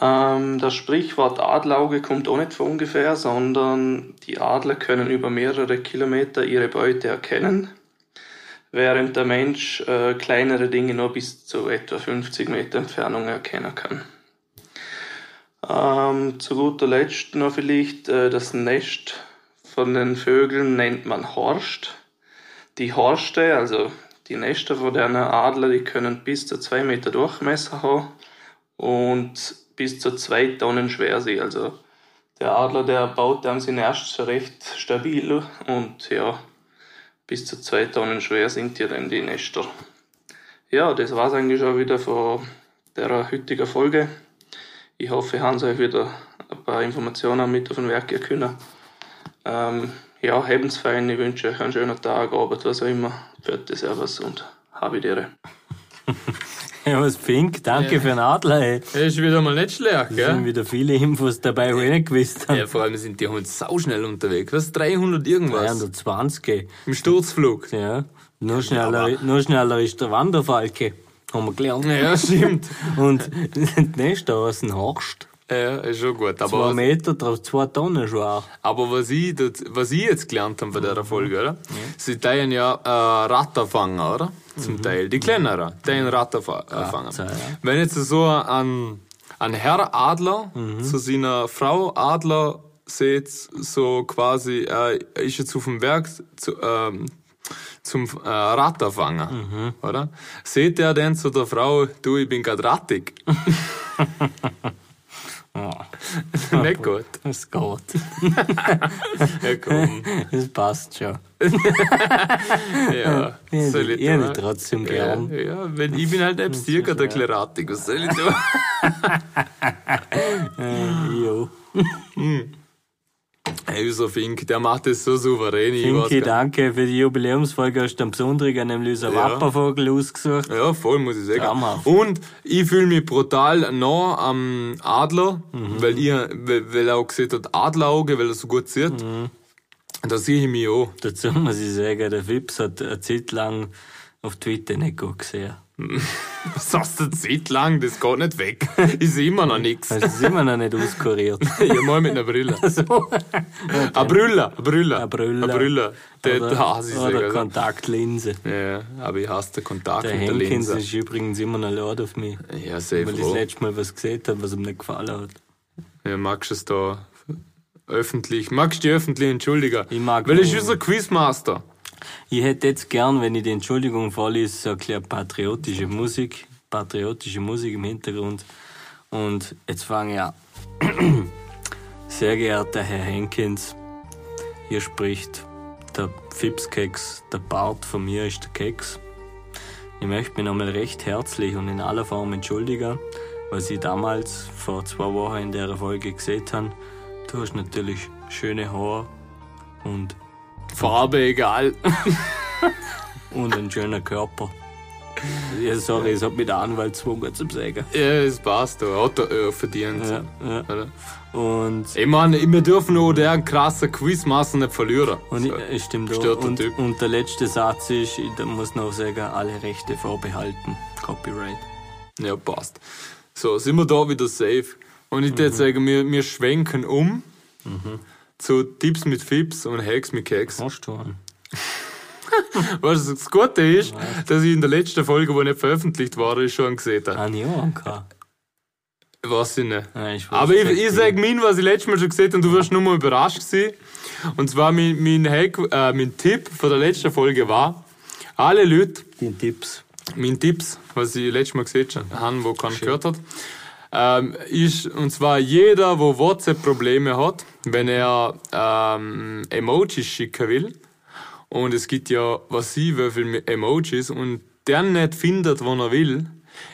Ähm, das Sprichwort Adlauge kommt auch nicht von ungefähr, sondern die Adler können über mehrere Kilometer ihre Beute erkennen, während der Mensch äh, kleinere Dinge nur bis zu etwa 50 Meter Entfernung erkennen kann. Ähm, zu guter Letzt noch vielleicht, äh, das Nest von den Vögeln nennt man Horst. Die Horste, also die Nester von den Adler, die können bis zu 2 Meter Durchmesser haben und bis zu 2 Tonnen schwer sein. Also der Adler, der baut dann sein Nest recht stabil und ja, bis zu 2 Tonnen schwer sind ja dann die Nester. Ja, das war's eigentlich schon wieder von der heutigen Folge. Ich hoffe, ich habe euch wieder ein paar Informationen mit auf den Werk geben können. Ähm, ja, habt's fein. Ich wünsche euch einen schönen Tag, Arbeit, was auch immer. Pferde, Servus und habe die Ehre.
Ja, was Pink, danke für den Adler. Ey.
Hey, ist wieder mal nicht schlecht,
Da sind
gell?
wieder viele Infos dabei, wo ich nicht gewusst habe.
Ja, vor allem sind die Hunde sauschnell unterwegs. Was? 300 irgendwas?
320, ey.
Im Sturzflug.
ja. Nur schneller, nur schneller ist der Wanderfalke. Haben wir gelernt.
Ja, stimmt.
Und [LAUGHS] das Nest da aus dem Horst.
[LAUGHS] Ja, ist schon gut. Aber
Zwei
was,
Meter drauf, zwei Tonnen schwer.
Aber was ich, dort- was ich jetzt gelernt habe bei der
Mhm.
Folge, oder? Sie teilen ja äh, Ratterfanger, oder? Zum Teil. Die kleineren teilen Ratterfanger.
Ratter, Mhm. ja.
Wenn jetzt so ein, ein Herr Adler
Mhm.
zu seiner Frau Adler seht, so quasi, äh, ist jetzt auf dem Werk zu, ähm, zum äh, Ratterfanger,
Mhm.
oder? Seht er denn zu der Frau, du, ich bin gerade
[LAUGHS]
rattig? Ah,
Ja,
Nicht gut.
das geht.
Ja, komm.
[LAUGHS] Das passt schon. [LAUGHS]
Ja,
Ich
soll
hätte
ich
ich
da-
hätte trotzdem
Ja,
glauben.
ja, wenn ich bin halt ein Psycho, der Kleratik. Was soll ich tun? [LAUGHS]
Jo.
Hey, so Fink, der macht das so souverän. Ich weiß
Pinky,
gar
danke für die Jubiläumsfolge. Hast du einen besonderen, nämlich unseren
Ja.
Wappervogel ausgesucht.
nicht. Ja, voll, muss ich sagen.
Traumhaft.
Und ich fühle mich brutal nah am Adler, weil, ich, weil, weil er auch gesehen hat, Adlerauge, weil er so gut sieht. Da sehe ich mich auch.
Dazu muss ich sagen, der Fips hat eine Zeit lang auf Twitter nicht gut gesehen.
[LAUGHS] Was hast du eine Zeit lang? Das geht nicht weg. [LAUGHS] Ich sehe immer noch [LAUGHS] nichts.
Also, das ist immer noch nicht auskuriert. [LAUGHS]
Ja, mal mit einer Brille.
so.
Eine Brille, eine Brille.
Eine Brille.
Eine Brille. Der, der Hasi ist
oder
egal.
Kontaktlinse.
Ja, aber ich hasse den Kontakt
Der
mit der
Henkins
Linse.
ist übrigens immer noch laut auf mich.
Ja, safe.
Weil ich das
Bro.
letzte Mal was gesehen habe, was ihm nicht gefallen hat.
Ja, magst du es da öffentlich? Magst du die öffentliche Entschuldiger?
Ich mag
Weil ich
die.
ist unser Quizmaster.
Ich hätte jetzt gern, wenn ich die Entschuldigung vorlese, so erklärt patriotische Musik, patriotische Musik im Hintergrund. Und jetzt fange ich an. [CLEARS THROAT] Sehr geehrter Herr Henkins, hier spricht der Fipskeks, der Bart von mir ist der Keks. Ich möchte mich nochmal recht herzlich und in aller Form entschuldigen, was ich damals vor zwei Wochen in der Folge gesehen habe. Du hast natürlich schöne Haare und
Farbe egal.
und ein schöner Körper. Ja, sorry, es hat mich der Anwalt gezwungen zum Sagen.
[LAUGHS] ja, es passt da. Hat er äh, verdient.
Ja, ja.
Oder?
Und,
Ich meine, wir dürfen auch der krasse Quizmaster nicht verlieren.
und
So.
ich, stimmt auch.
Gestörter
Und,
Typ.
und der letzte Satz ist, ich muss noch sagen, alle Rechte vorbehalten. Copyright.
Ja, passt. So, sind wir da wieder safe. Und ich
Mhm.
würde sagen, wir, wir schwenken um zu Tipps mit Fips und Hacks mit Keks.
Hast du einen?
Weißt du, das Gute ist, dass ich in der letzten Folge, die nicht veröffentlicht war, ich schon gesehen habe.
Ah, nicht angehauen.
Weiß ich nicht.
Ja, ich weiß
Aber ich,
nicht.
ich sage mein, was ich letztes Mal schon gesehen habe, und du wirst nur mal überrascht sein. Und zwar mein, mein, Hack, äh, mein Tipp von der letzten Folge war, alle Leute,
Die Tipps.
meine Tipps, was ich letztes Mal gesehen habe, wo keiner gehört hat, ähm, ist, und zwar jeder, wo WhatsApp-Probleme hat, wenn er ähm, Emojis schicken will, und es gibt ja, was sie, wie viele Emojis, und der nicht findet, wo er will,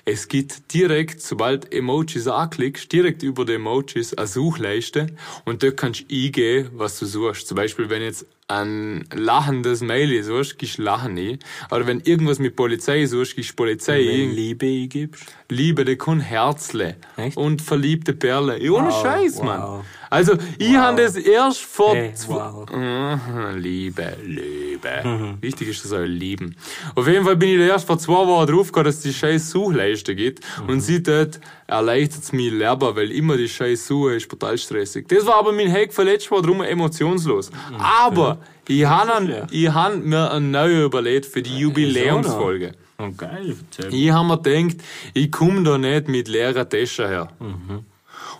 es gibt direkt, sobald Emojis anklickst, direkt über die Emojis eine Suchleiste und dort kannst du eingeben, was du suchst. Zum Beispiel, wenn jetzt ein lachendes Mail suchst, gibst du Lachen ein. Oder wenn irgendwas mit Polizei suchst, gibst du Polizei
Wenn
ein.
Liebe eingibst.
Liebe, der kann Herzle
Echt?
und verliebte Perle. Ja, Ohne
Wow,
Scheiß,
wow.
Mann. Also, ich habe das erst vor
Hey,
zwei-
Äh, wow. Mhm.
Mhm, [LAUGHS] Liebe, Liebe. Wichtig ist das auch Lieben. Auf jeden Fall bin ich da erst vor zwei Wochen draufgekommen, dass es die scheiß Suchleiste gibt.
Mhm.
Und sie dort erleichtert es mir Leben, weil immer die scheiß Suche ist brutal stressig. Das war aber mein Hack von letztes Mal, darum emotionslos. Aber ich habe
Mhm. ja.
hab mir einen neuen überlegt für die Jubiläumsfolge.
Oh, geil. erzähl.
Ich habe mir gedacht, ich komme da nicht mit leeren Taschen her.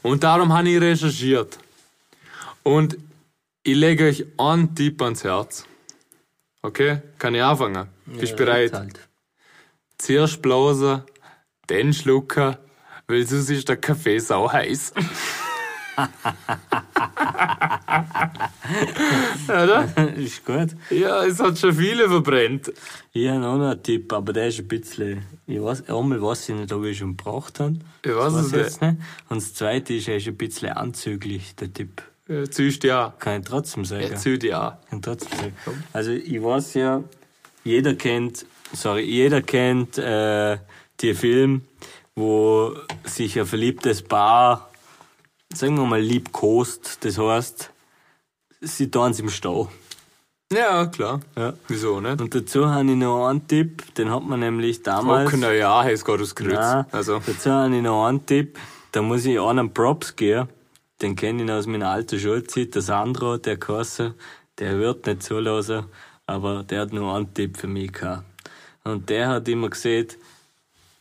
Und darum habe ich recherchiert. Und ich lege euch einen Tipp ans Herz. Okay? Kann ich anfangen? Bist du bereit?
Halt. [LAUGHS]
Zuerst blasen, dann schlucken, weil sonst ist der Kaffee sau heiß. [LAUGHS] Oder?
Ist gut.
Ja, es hat schon viele verbrennt.
Ich habe noch einen Tipp, aber der ist ein bisschen. Ich weiß, einmal weiß ich nicht, ob ich schon gebraucht habe.
Ich weiß
Das
es
ich jetzt nicht. Und das zweite ist, er ist ein bisschen anzüglich, der Tipp.
Äh, Zücht ja.
Kann ich trotzdem sagen.
Äh, Zücht ja.
Kann ich trotzdem sagen. Also, ich weiß ja, jeder kennt, sorry, jeder kennt äh, den Film, wo sich ein verliebtes Paar, sagen wir mal, liebkost. Das heißt, sie tun im Stau.
Ja, klar.
Ja.
Wieso nicht?
Und dazu habe ich noch einen Tipp, den hat man nämlich damals.
Trocken, ja, heißt Gott aus Kreuz.
Nein,
Also,
Dazu habe ich noch einen Tipp, da muss ich einen Props geben. Den kenne ich noch aus meiner alten Schulzeit, der Sandro, der Kurse, der wird nicht zulassen, aber der hat noch einen Tipp für mich gehabt. Und der hat immer gesagt,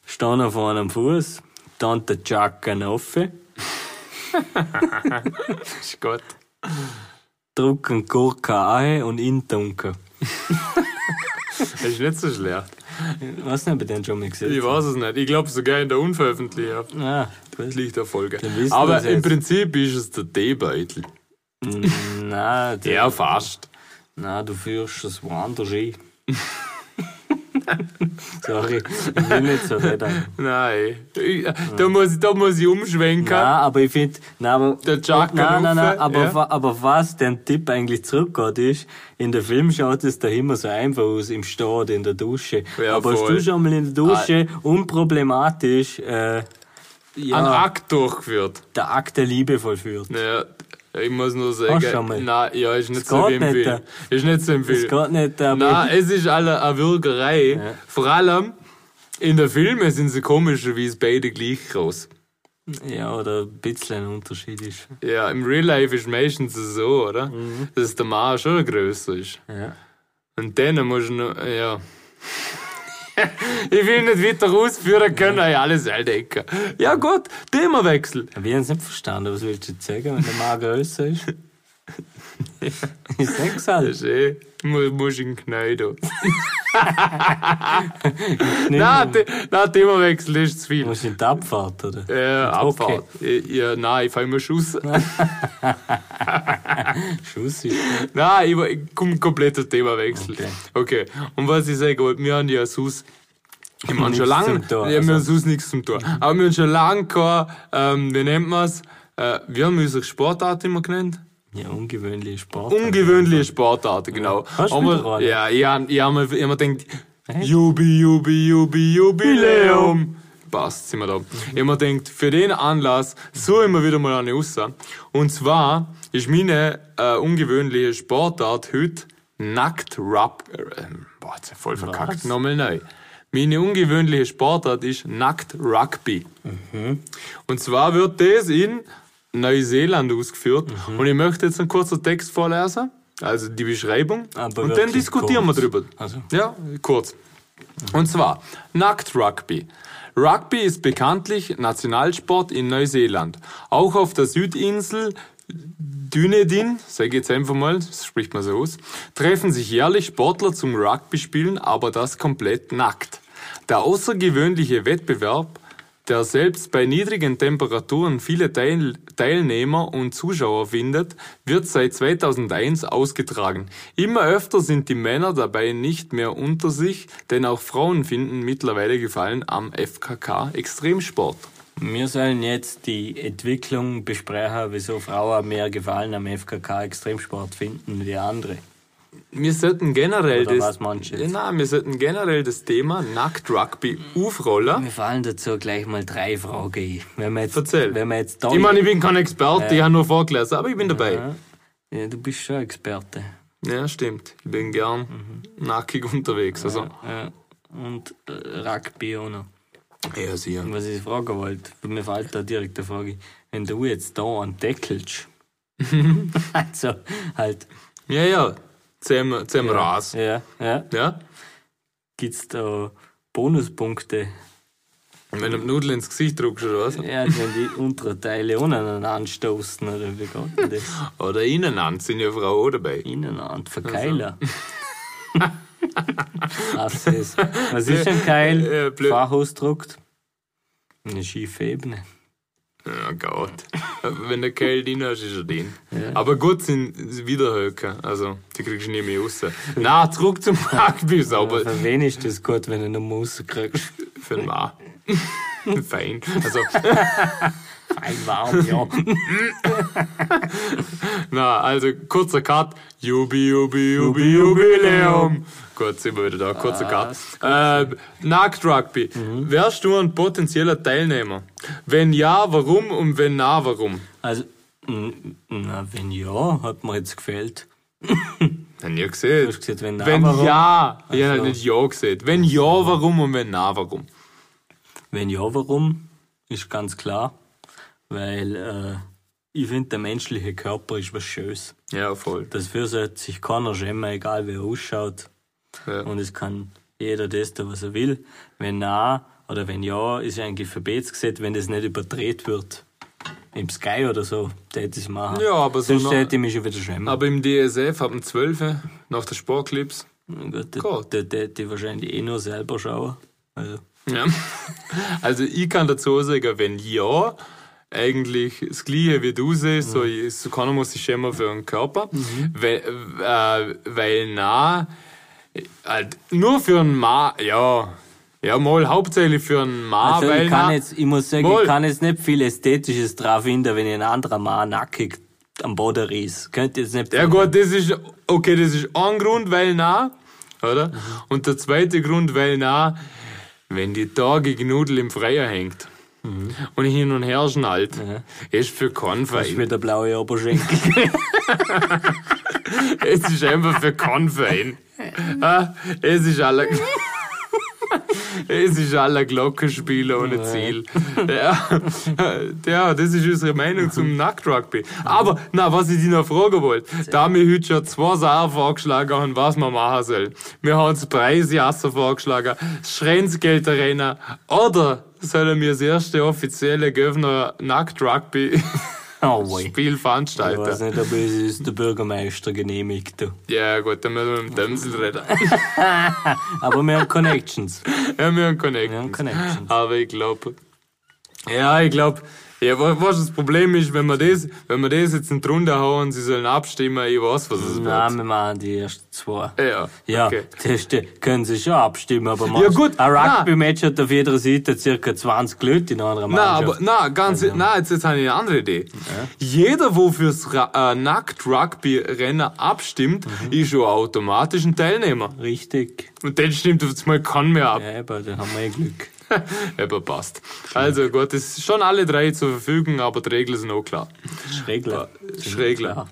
stehen auf einem Fuß, dann der Jacken offen,
ist Gott.
drücken Gurke ein und in dunkel.
Das ist nicht so schlecht.
Ich weiß nicht, ob ich den schon mal gesehen
Ich weiß es nicht. Ich glaube sogar in der unveröffentlichten
Ah, gut.
Folge.
wissen wir
Aber
es
im
jetzt.
Prinzip ist es der D-Beutel.
Nein, der-
Ja, fast.
Nein, du führst es
[LAUGHS]
woanders ein. Sorry, ich will nicht so reden.
Nein. Ich, äh, da, muss, ich- da muss ich umschwenken.
Nein, aber ich finde, nein, aber,
Der Jack
nein, nein, nein,
rufen,
aber,
ja.
wa- aber was den Tipp eigentlich zurückgeht, ist, in der Film schaut es da immer so einfach aus, im Stad, in der Dusche.
Ja,
aber hast
voll. Ah.
du schon mal in der Dusche unproblematisch äh,
Ein
ja,
Akt durchgeführt.
der Akt der Liebe vollführt?
Naja, ich muss nur
Hast du schon mal?
sagen. Nein, ja, ist nicht
Es
so
geht
wie im
nicht,
Film. Ist nicht so im
Das
Film.
geht nicht, aber
Nein, es ist alle eine Würgerei. Vor allem in den Filmen sind sie komischerweise beide gleich groß.
ja, oder ein bisschen ein Unterschied ist.
Ja, im Real Life ist meistens so, oder? Dass der Mann schon größer ist.
Mhm. Ja.
Und dann musst du noch, ja. [LAUGHS] ich will nicht weiter ausführen können, ja. ich alles entdecken. Ja, gut, Themawechsel.
Hab ich jetzt nicht verstanden, was willst du jetzt sagen, wenn der Magen
[LAUGHS]
größer ist? Ich sag's halt.
Das ist eh, mu- musst in den Knie
[LAUGHS]
da.
Nicht,
Nein, The nein, Themawechsel ist zu viel.
musst in die Abfahrt, oder?
Äh,
Okay.
Abfahrt. Äh, Ja, nein, ich fange mal Schuss.
Schuss ist.
[LAUGHS] Nein, ich, war- ich komme komplett zum Themawechsel. Okay.
Okay.
Und was ich sagen wollte, wir haben ja Sus. Ich meine, schon
Nichts
lange.
zum Tor,
ja, wir haben
also.
Sus nichts zum Tor. Aber wir haben schon lange kein, ähm, wie nennt man es? Äh, wir haben unsere Sportart immer genannt.
Ja, ungewöhnliche Sport.
Ungewöhnliche Sportarten, genau.
Hast du wieder
Aber,
eine?
ja, ich habe ich hab mir ich hab mir gedacht, Jubi, Jubi, Jubi, Jubiläum. Passt, sind wir da. Ich habe mir gedacht, für den Anlass so immer wieder mal eine raus. Und zwar ist meine äh, ungewöhnliche Sportart heute nackt rap äh, Boah, jetzt hab ich voll verkackt. Nochmal neu. Meine ungewöhnliche Sportart ist nackt Rugby. Und zwar
Mhm.
wird das in Neuseeland ausgeführt. Und ich möchte jetzt einen kurzen Text vorlesen. Also die Beschreibung.
Aber
und dann
wirklich
diskutieren
kurz.
wir drüber.
Also. Mhm.
Ja, kurz. Und zwar Nackt Rugby. Rugby ist bekanntlich Nationalsport in Neuseeland. Auch auf der Südinsel Dunedin, sage jetzt einfach mal, das spricht man so aus, treffen sich jährlich Sportler zum Rugby spielen, aber das komplett nackt. Der außergewöhnliche Wettbewerb, der selbst bei niedrigen Temperaturen viele Teil Teilnehmer und Zuschauer findet, wird seit 2001 ausgetragen. Immer öfter sind die Männer dabei nicht mehr unter sich, denn auch Frauen finden mittlerweile Gefallen am FKK Extremsport.
Wir sollen jetzt die Entwicklung besprechen, wieso Frauen mehr Gefallen am FKK-Extremsport finden wie andere.
Wir sollten generell
Oder
das,
was meinst du jetzt?
Nein, wir sollten generell das Thema Nackt Rugby aufrollen.
Mir fallen dazu gleich mal drei Fragen ein. Wenn wir jetzt,
Erzähl.
Wenn wir jetzt da
Ich meine, ich bin kein Experte, ich habe nur vorgelesen, aber ich bin dabei.
ja, du bist schon Experte.
Ja, stimmt. Ich bin gern
Mhm.
nackig unterwegs. Also,
Ja. Und äh, Rugby auch noch.
ja, sicher.
Was ich fragen wollte, mir fällt da direkt eine Frage. Wenn du jetzt da
[LAUGHS]
entdeckelst, also halt,
Ja, ja. Zum, zum Ras.
ja, ja,
Ja?
gibt es da Bonuspunkte,
Und wenn du die Nudel ins Gesicht drückst oder was?
ja, wenn die unteren Teile aneinander stoßen oder wie geht
[LAUGHS]
denn das?
Oder innen an, sind ja Frauen auch dabei.
Ineinander verkeilen.
Also.
[LAUGHS] Was ist Was ist ein Keil?
Äh, äh, blöd.
Fachausdruck? Eine schiefe Ebene.
Oh Gott. Wenn der Kerl drin hast, ist er drin. Aber gut sind Wiederhöcker. Also, die kriegst du nie mehr raus. Na, zurück zum Rugby, sauber.
Für wen ist das gut, wenn du noch mal rauskriegst?
Für den Mann. Fein. Also,
Fein warm, ja.
na, also, kurzer Cut. Jubi, Jubi, Jubi, Ah, Jubiläum. Gut, sind wir wieder da. Kurzer Cut. Ähm, Nackt Rugby. Wärst du ein potenzieller Teilnehmer? Wenn ja, warum? Und wenn na, warum?
Also, n- na, wenn ja, hat mir jetzt gefällt.
Haben ja Also. gesehen.
Du hast gesagt, wenn na,
Wenn
warum?
ja, ich habe
so.
nicht ja gesehen. Wenn ja, warum und wenn na, warum?
Wenn ja, warum? Ist ganz klar. Weil äh, ich finde, der menschliche Körper ist was Schönes.
Ja, voll.
Dafür sollte sich keiner schämen, egal wie er ausschaut.
Ja.
Und es kann jeder das tun, was er will. Wenn na oder wenn ja, ist eigentlich Verbotsgesetz, wenn das nicht überdreht wird. Im Sky oder so, der hätte ich es machen.
Ja, aber so
Sonst
noch-
hätte ich mich schon wieder schämen.
Aber im DSF ab dem 12. nach der Sportclips.
Gut,
Gott.
der hätte ich wahrscheinlich eh nur selber schauen. Also,
Ja. [LAUGHS] Also ich kann dazu sagen, wenn ja, eigentlich das Gleiche wie du siehst, so,
Mhm.
ich- so keiner muss sich schämen für den Körper. Weil, äh, weil na, halt, nur für einen Mann, ja, ja mal hauptsächlich für einen Mann,
also
Ah, weil
ich, kann
na,
jetzt, ich muss sagen,
Wohl.
ich kann jetzt nicht viel Ästhetisches drauf finden, wenn ich ein anderer Mann nackig am Boden riss. Könnte jetzt nicht.
Ja gut, das ist okay, das ist ein Grund, weil na, oder?
Mhm.
Und der zweite Grund, weil na, wenn die Tage Nudel im Freier hängt
Mhm.
und hin und her schnallt, ist für keinen
Ich
Verein.
mit der blaue Oberschenkel.
[LAUGHS] Es ist einfach für keinen Verein. Ah, es ist aller Es ist aller Glockenspieler ohne Ziel. Ja. ja, das ist unsere Meinung zum Nackt-Rugby. Aber, na, was ich dir noch fragen wollte, da haben wir heute schon zwei Sachen vorgeschlagen haben, was man machen soll. Wir haben das Preisjasser vorgeschlagen, das Schrenzgelderrennen oder sollen wir das erste offizielle Göffner Nackt-Rugby-Spiel
Oh, wei. Ich
veranstalten?
weiß nicht, ob es ist der Bürgermeister genehmigt. du.
Ja, gut, dann müssen wir mit dem Dämsel reden.
Aber wir haben Connections.
Ja, wir haben Connect.
Wir haben Connections.
Aber ich glaube. Ja, ich glaube. Ja, wa- was das Problem ist, wenn wir das, wenn wir das jetzt in die Runde hauen und sie sollen abstimmen, ich weiß, was es
Nein, wir machen die ersten zwei.
wird. Ja,
Ja,
okay.
das ste- können sie schon abstimmen, aber meinst du,
gut,
ein
na.
Rugby-Match hat auf jeder Seite circa 20 Leute in einer
Nein,
Mannschaft.
aber, nein, ganz,
genau.
nein, jetzt, jetzt habe ich eine andere Idee. Jeder, der fürs Ra- äh, Nackt-Rugby-Rennen abstimmt,
Mhm.
ist schon automatisch ein Teilnehmer.
Richtig.
Und dann stimmt auf einmal kein mehr ab.
Ja, aber da haben wir ja Glück.
[LAUGHS] Aber passt. Also gut, es sind schon alle drei zur Verfügung, aber die Regeln sind auch klar.
Schrägler.
Schrägler.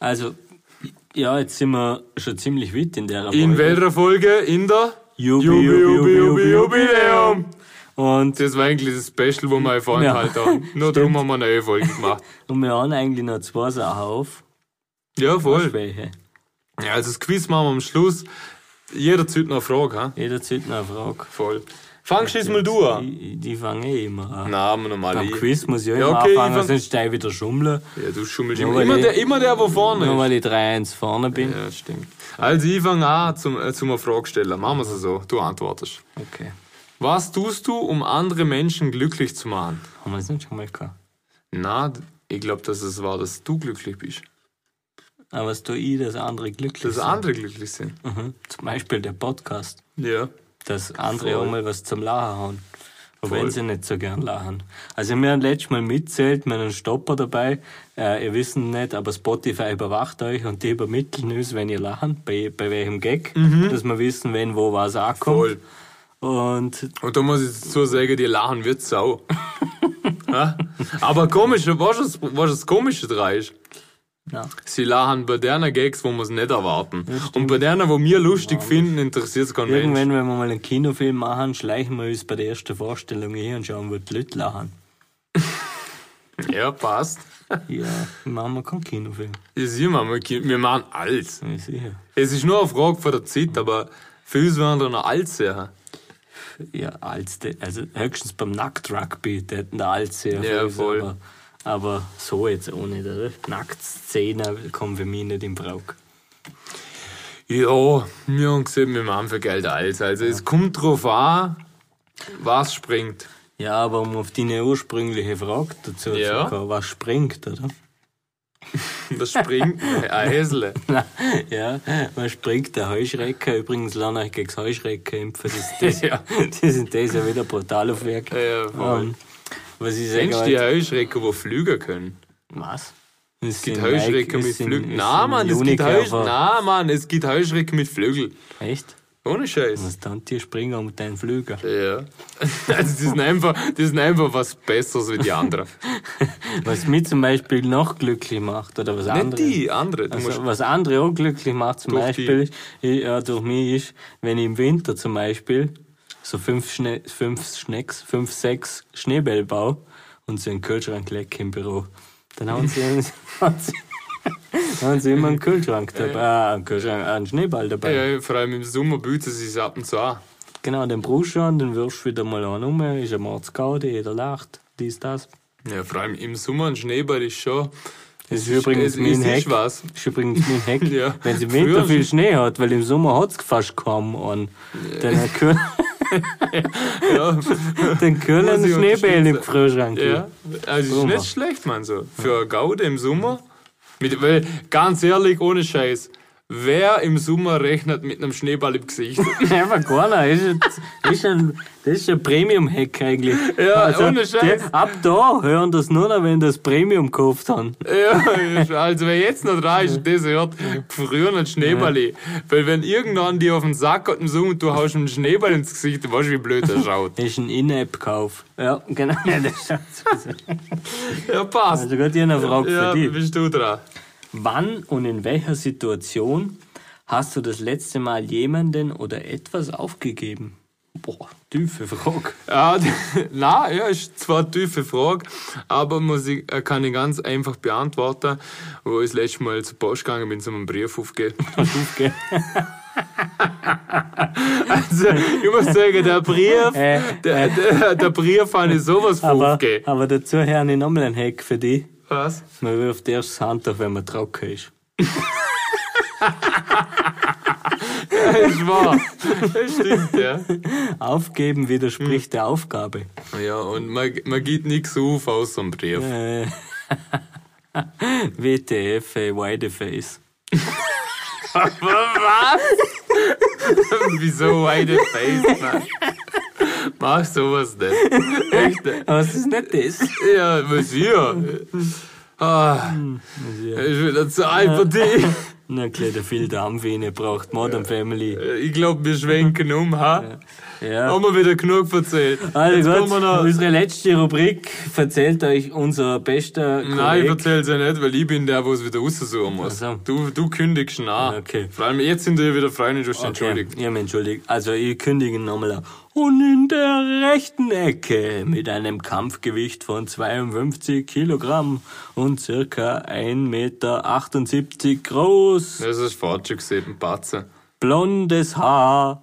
Also, ja, jetzt sind wir schon ziemlich weit in der
In welcher Folge? In der
Jubi,
Jubi, Jubi, Jubi,
Jubi,
Jubiläum!
Und,
Das war eigentlich das Special, wo wir einen Voranhalt
Ja, [LAUGHS]
haben. Nur
stimmt.
darum haben wir eine neue Folge gemacht.
und wir haben eigentlich noch zwei Sachen auf.
Ja, voll.
Welche?
Ja, also das Quiz machen wir am Schluss. Jeder zieht noch eine Frage, ha?
Jederzeit noch eine Frage.
Voll. Fangst du jetzt mal du an?
Die, die fangen eh immer an.
Nein, wir normal.
Beim
ich.
Quiz muss ich ja
Ja,
immer
okay,
anfangen,
ich fang-
sonst stehe ich wieder schummeln.
Ja, du schummelst
Nur
immer.
weil
Immer
ich-
der, immer der, wo vorne
Nur
ist.
weil ich 3-1 vorne bin.
Ja, stimmt. Also ich fange an zum, äh, zum eine Frage stellen. Machen wir es so. Du antwortest.
Okay.
Was tust du, um andere Menschen glücklich zu machen?
Haben wir das nicht schon mal gehabt?
Na, ich glaube, dass es war, dass du glücklich bist.
Aber was tue ich, dass andere glücklich
Dass
sind?
andere glücklich sind.
Mhm. Zum Beispiel der Podcast.
Ja.
dass andere
Voll.
auch mal was zum Lachen haben. Auch
Voll.
wenn sie nicht so gern lachen. Also wir haben letztes Mal mitzählt, wir haben einen Stopper dabei. Äh, ihr wisst ihn nicht, aber Spotify überwacht euch und die übermitteln uns, wenn ihr lachen, bei, bei welchem Gag, dass wir wissen, wenn wo was ankommt.
Mhm. Voll.
Und
Und da muss ich dazu sagen, die lachen wird sau. Ja? Aber komisch, was das, was das Komische dran ist,
ja,
sie lachen bei deren Gags, wo wir es nicht erwarten. Und bei deren, wo wir lustig finden, interessiert es keinen Mensch.
irgendwann, wenn wir mal einen Kinofilm machen, schleichen wir uns bei der ersten Vorstellung hin und schauen, wo die Leute lachen.
Ja, passt.
Ja, machen wir keinen Kinofilm.
Ja, sieh mal, wir können- wir machen alles.
Ja, sicher.
Es ist nur eine Frage von der Zeit, aber für uns werden da noch alt sehr.
Ja, als de, also höchstens beim Nackt-Rugby, der hätten da alles sehr
Ja,
viel,
voll.
Aber, aber so jetzt auch nicht, oder? Nacktszene kommen für mich nicht in Brauch.
Ja, wir haben gesehen, wir machen für Geld alles. Also es kommt drauf an, was springt.
Ja, aber um auf deine ursprüngliche Frage dazu
Ja.
zu kommen, was springt, oder?
Was springt? Ein Häsle.
[LAUGHS] ja, was springt der Heuschrecker? Übrigens, lerne ich gegen Heuschrecker impfen. [LAUGHS] Das, das, die sind das ja wieder brutal auf Werk.
Ja, voll.
Ähm, was ich sage,
Kennst du die Heuschrecken, die fliegen können?
was? Es
Es
sind
gibt Heuschrecken
Nike-
mit
es sind-
Flügeln.
es
Nein,
sind
Mann, es gibt,
Unique,
Heusch
aber-
Nein, Mann, es gibt Heuschrecken mit Flügeln.
Echt?
Ohne Scheiß.
Was dann die Springer mit deinen Flüger?
Ja. [LAUGHS] Also, die sind einfach, die sind einfach was Besseres wie die anderen.
Was mich zum Beispiel noch glücklich macht, oder was
Nicht
[LAUGHS] andere.
die, andere. Du musst,
Also, was andere auch glücklich macht, zum
Durch
Beispiel, ist, ich, ja, durch mich ist, wenn ich im Winter zum Beispiel so fünf, Schne fünf Schnecks, fünf, sechs Schneebälle baue und so einen Kühlschrank leck im Büro, dann
[LAUGHS]
haben sie, haben sie, haben sie immer einen Kühlschrank dabei, äh, einen, Kühlschrank, äh, einen Schneeball dabei.
ja, vor allem im Sommer bieten sie es ab und zu an.
Genau, den brauchst du an, dann wirfst du wieder mal an um, ist ein Mordsgaudi, jeder lacht, dies, das.
Ja, vor allem im Sommer ein Schneeball ist schon.
Das ist
es
übrigens mein
ist
Hack.
was.
ist übrigens mein
[LAUGHS]
Hack.
Ja.
Wenn es im Winter
Früher-
viel Schnee hat, weil im Sommer hat es fast kaum an. Dann kühlen,
[LAUGHS] Ja,
dann kühlen
Muss ich
Schneebälle im
unterstützen.
Kühlschrank.
ja. Also, es ist
Sommer.
nicht schlecht, man so. Für eine Gaude im Sommer. Mit, weil, ganz ehrlich, ohne Scheiß. Wer im Sommer rechnet mit einem Schneeball im Gesicht?
[LAUGHS] Einfach keiner. Das ist, das ist ein, das ist ein Premium-Hack eigentlich. Also,
Ja, ohne Scheiß.
die- ab da hören das nur noch, wenn das Premium gekauft haben.
Ja, also wer jetzt noch dran ist und das hört, früher einen Schneeballi. Weil wenn irgendwann die auf den Sack hat und so und du haust ihm einen Schneeball ins Gesicht, dann weißt du, wie blöd er schaut.
Das ist ein In-App-Kauf. Ja, genau. [LAUGHS] Ja, das ist also
[LAUGHS] Ja, passt.
gut, ich habe eine Frage
Ja,
für dich.
bist du dran.
Wann und in welcher Situation hast du das letzte Mal jemanden oder etwas aufgegeben? Boah, tiefe Frage.
Ja, [LAUGHS] na, ja, ist zwar eine tiefe Frage, aber muss ich, äh, kann ich ganz einfach beantworten, wo ich das letzte Mal zur Post gegangen bin, zum einen Brief
[LAUGHS]
aufgeben.
Aufge-
[LAUGHS] Also, ich muss sagen, der Brief,
[LAUGHS] Äh,
der, der, der Brief fand ich sowas von
aber,
aufgeben.
aber dazu habe ich nochmal einen Hack für dich.
Was?
Man wirft erst das Handtuch, wenn man trocken ist.
Das war. Das stimmt, ja.
Aufgeben widerspricht der Aufgabe.
Ja, und man, man gibt nichts auf außer einem Brief.
Äh, [LAUGHS] WTF, ey, Wideface.
[LAUGHS] Wieso White Face, Mann? Mach sowas nicht. Echt? nicht.
Aber es ist nicht das.
Ja, was hier? Ah, ich will dazu einfach die.
Na klar, der viel Darmvene braucht Modern Family.
Ich glaube, wir schwenken um, ha?
Ja.
Haben wir wieder genug erzählt.
Also
Jetzt
gut,
kommen wir noch-
unsere letzte Rubrik verzählt euch unser bester Kollege.
Nein, ich erzähl's ja nicht, weil ich bin der, wo es wieder raussuchen muss.
Ach so.
Du, du kündigst ihn an.
Okay.
Vor allem jetzt sind wir wieder Freunde, du hast dich entschuldigt.
Okay. Ja, mir entschuldigt. Also ich kündige nochmal an. Und in der rechten Ecke mit einem Kampfgewicht von 52 Kilogramm und circa 1,78 Meter groß,
Das ist falsch gesehen, Patze.
blondes Haar,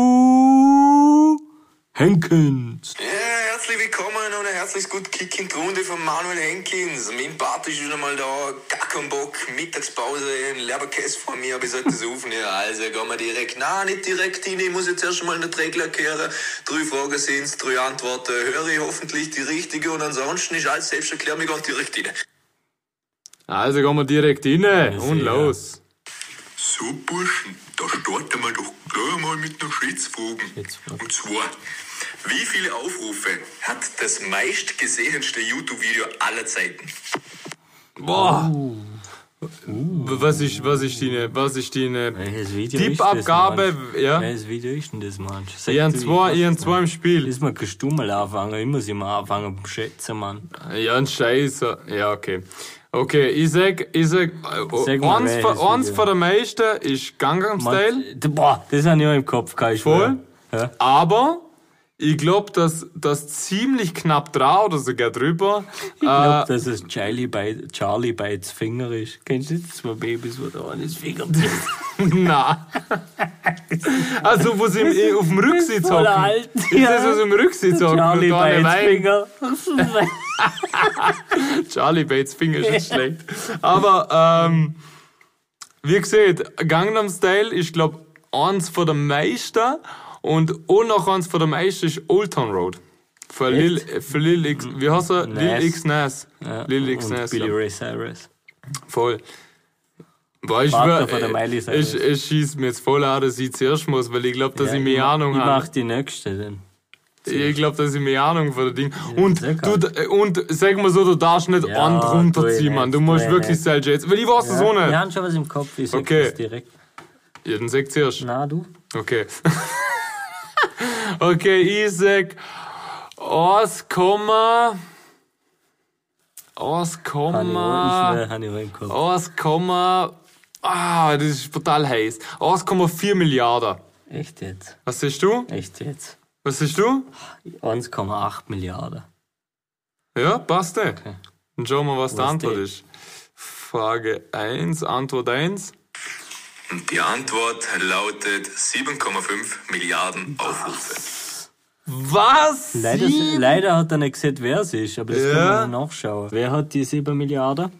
Manu Henkens.
Ja, herzlich willkommen und ein herzlich gut Kick in die Runde von Manuel Henkins. Mein Party ist wieder mal da, gar kein Bock, Mittagspause, ein Leberkäse vor mir, bis heute das [LAUGHS] Rufen. Ja, also gehen wir direkt, na nicht direkt hin, ich muss jetzt erst mal in den Trägler kehren. Drei Fragen sind's, drei Antworten, höre ich hoffentlich die richtige und ansonsten ist alles selbst erklärt, wir gehen direkt hin.
Also gehen wir direkt rein und
sicher.
los.
So, Burschen, da starten wir doch gleich mal mit einer Schätzfrage.
Schätzfrage.
Und zwar, wie viele Aufrufe hat das meistgesehenste YouTube-Video aller Zeiten?
Boah!
Uh.
Was ist, was ist deine, was ist deine
Welches Video
Tippabgabe?
ist das? Mann?
Ja.
Welches Video ist denn das, Mann? Sag
Ich habe
du, ich
zwei,
weiß
ich habe
es
zwei im
nicht.
Spiel.
Ist mal gestummel anfangen, immer sind wir anfangen beim Schätzen, Mann.
Ja, ein Scheiße. Ja, okay. Okay, ich sag, ich sag, äh,
Sag mal,
eins,
wer
von-
ist
eins
wieder?
von den meisten ist Gangnam
Mann,
Style.
d- Boah, das habe ich auch im Kopf, kann ich
Voll.
schwören. Ja.
Aber ich glaube, dass das ziemlich knapp dran oder sogar drüber. [LAUGHS]
Ich
Ah.
glaube, dass es Charlie, bei, Charlie Bites Finger ist. Kennst du das? Zwei Babys, wo da
[LAUGHS]
eines Finger [LAUGHS]
Na. Also, wo sie im, eh, auf dem Rücksitz
voll
hocken.
alt,
Ist
ja.
das, was im Rücksitz hocken?
Charlie
und da eine
Bites
Wein- [LAUGHS]
Finger.
Charlie Bates Finger ist
[LAUGHS]
nicht schlecht. Aber, ähm, wie gesagt, Gangnam Style ist, glaube ich, eins von den meisten. Und auch noch eins von den meisten ist Old Town Road. Für Lil, für Lil X, wie heißt er?
Nas.
Lil X Nas.
Ja,
Lil X
und
Nas.
Billy
ja.
Ray Cyrus.
Voll. Boah, ich,
Vater
schwör,
von der
äh,
Miley Cyrus.
ich, ich schieß mir jetzt voll an, dass ich zuerst muss, weil ich glaube, dass
Ja,
ich mehr
mach-
Ahnung
Ich mach
habe.
die nächste dann.
Ich glaube, dass ich mehr Ahnung von dem Ding. und,
sehr
du, d- äh, und sag mal so, du darfst nicht
Ja,
einen
tu ich
runterziehen, Mann. Du
nicht,
musst
tu ich
wirklich
nicht.
selbst jetzt. Weil ich weiß es auch
Wir
nicht.
haben schon was im Kopf, ich sag
Okay.
das direkt.
Ja, dann sag zuerst.
Na, du?
Okay. [LAUGHS] okay, ich sag 1, 1,
Hab ich auch-
Komma.
ich habe ich auch im Kopf.
1, ah, das ist total heiß. 1,4 Milliarden.
Echt jetzt?
Was siehst du?
Echt jetzt?
Was siehst du?
1,8 Milliarden.
Ja, passt eh. Dann schauen wir, was die
Was
Antwort
die?
ist. Frage 1, Antwort 1.
Und die Antwort lautet 7,5 Milliarden Aufrufe.
Was?
Leider,
Sie-
leider hat er nicht gesagt, wer es ist, aber das
Ja.
können wir noch nachschauen. Wer hat die 7 Milliarden?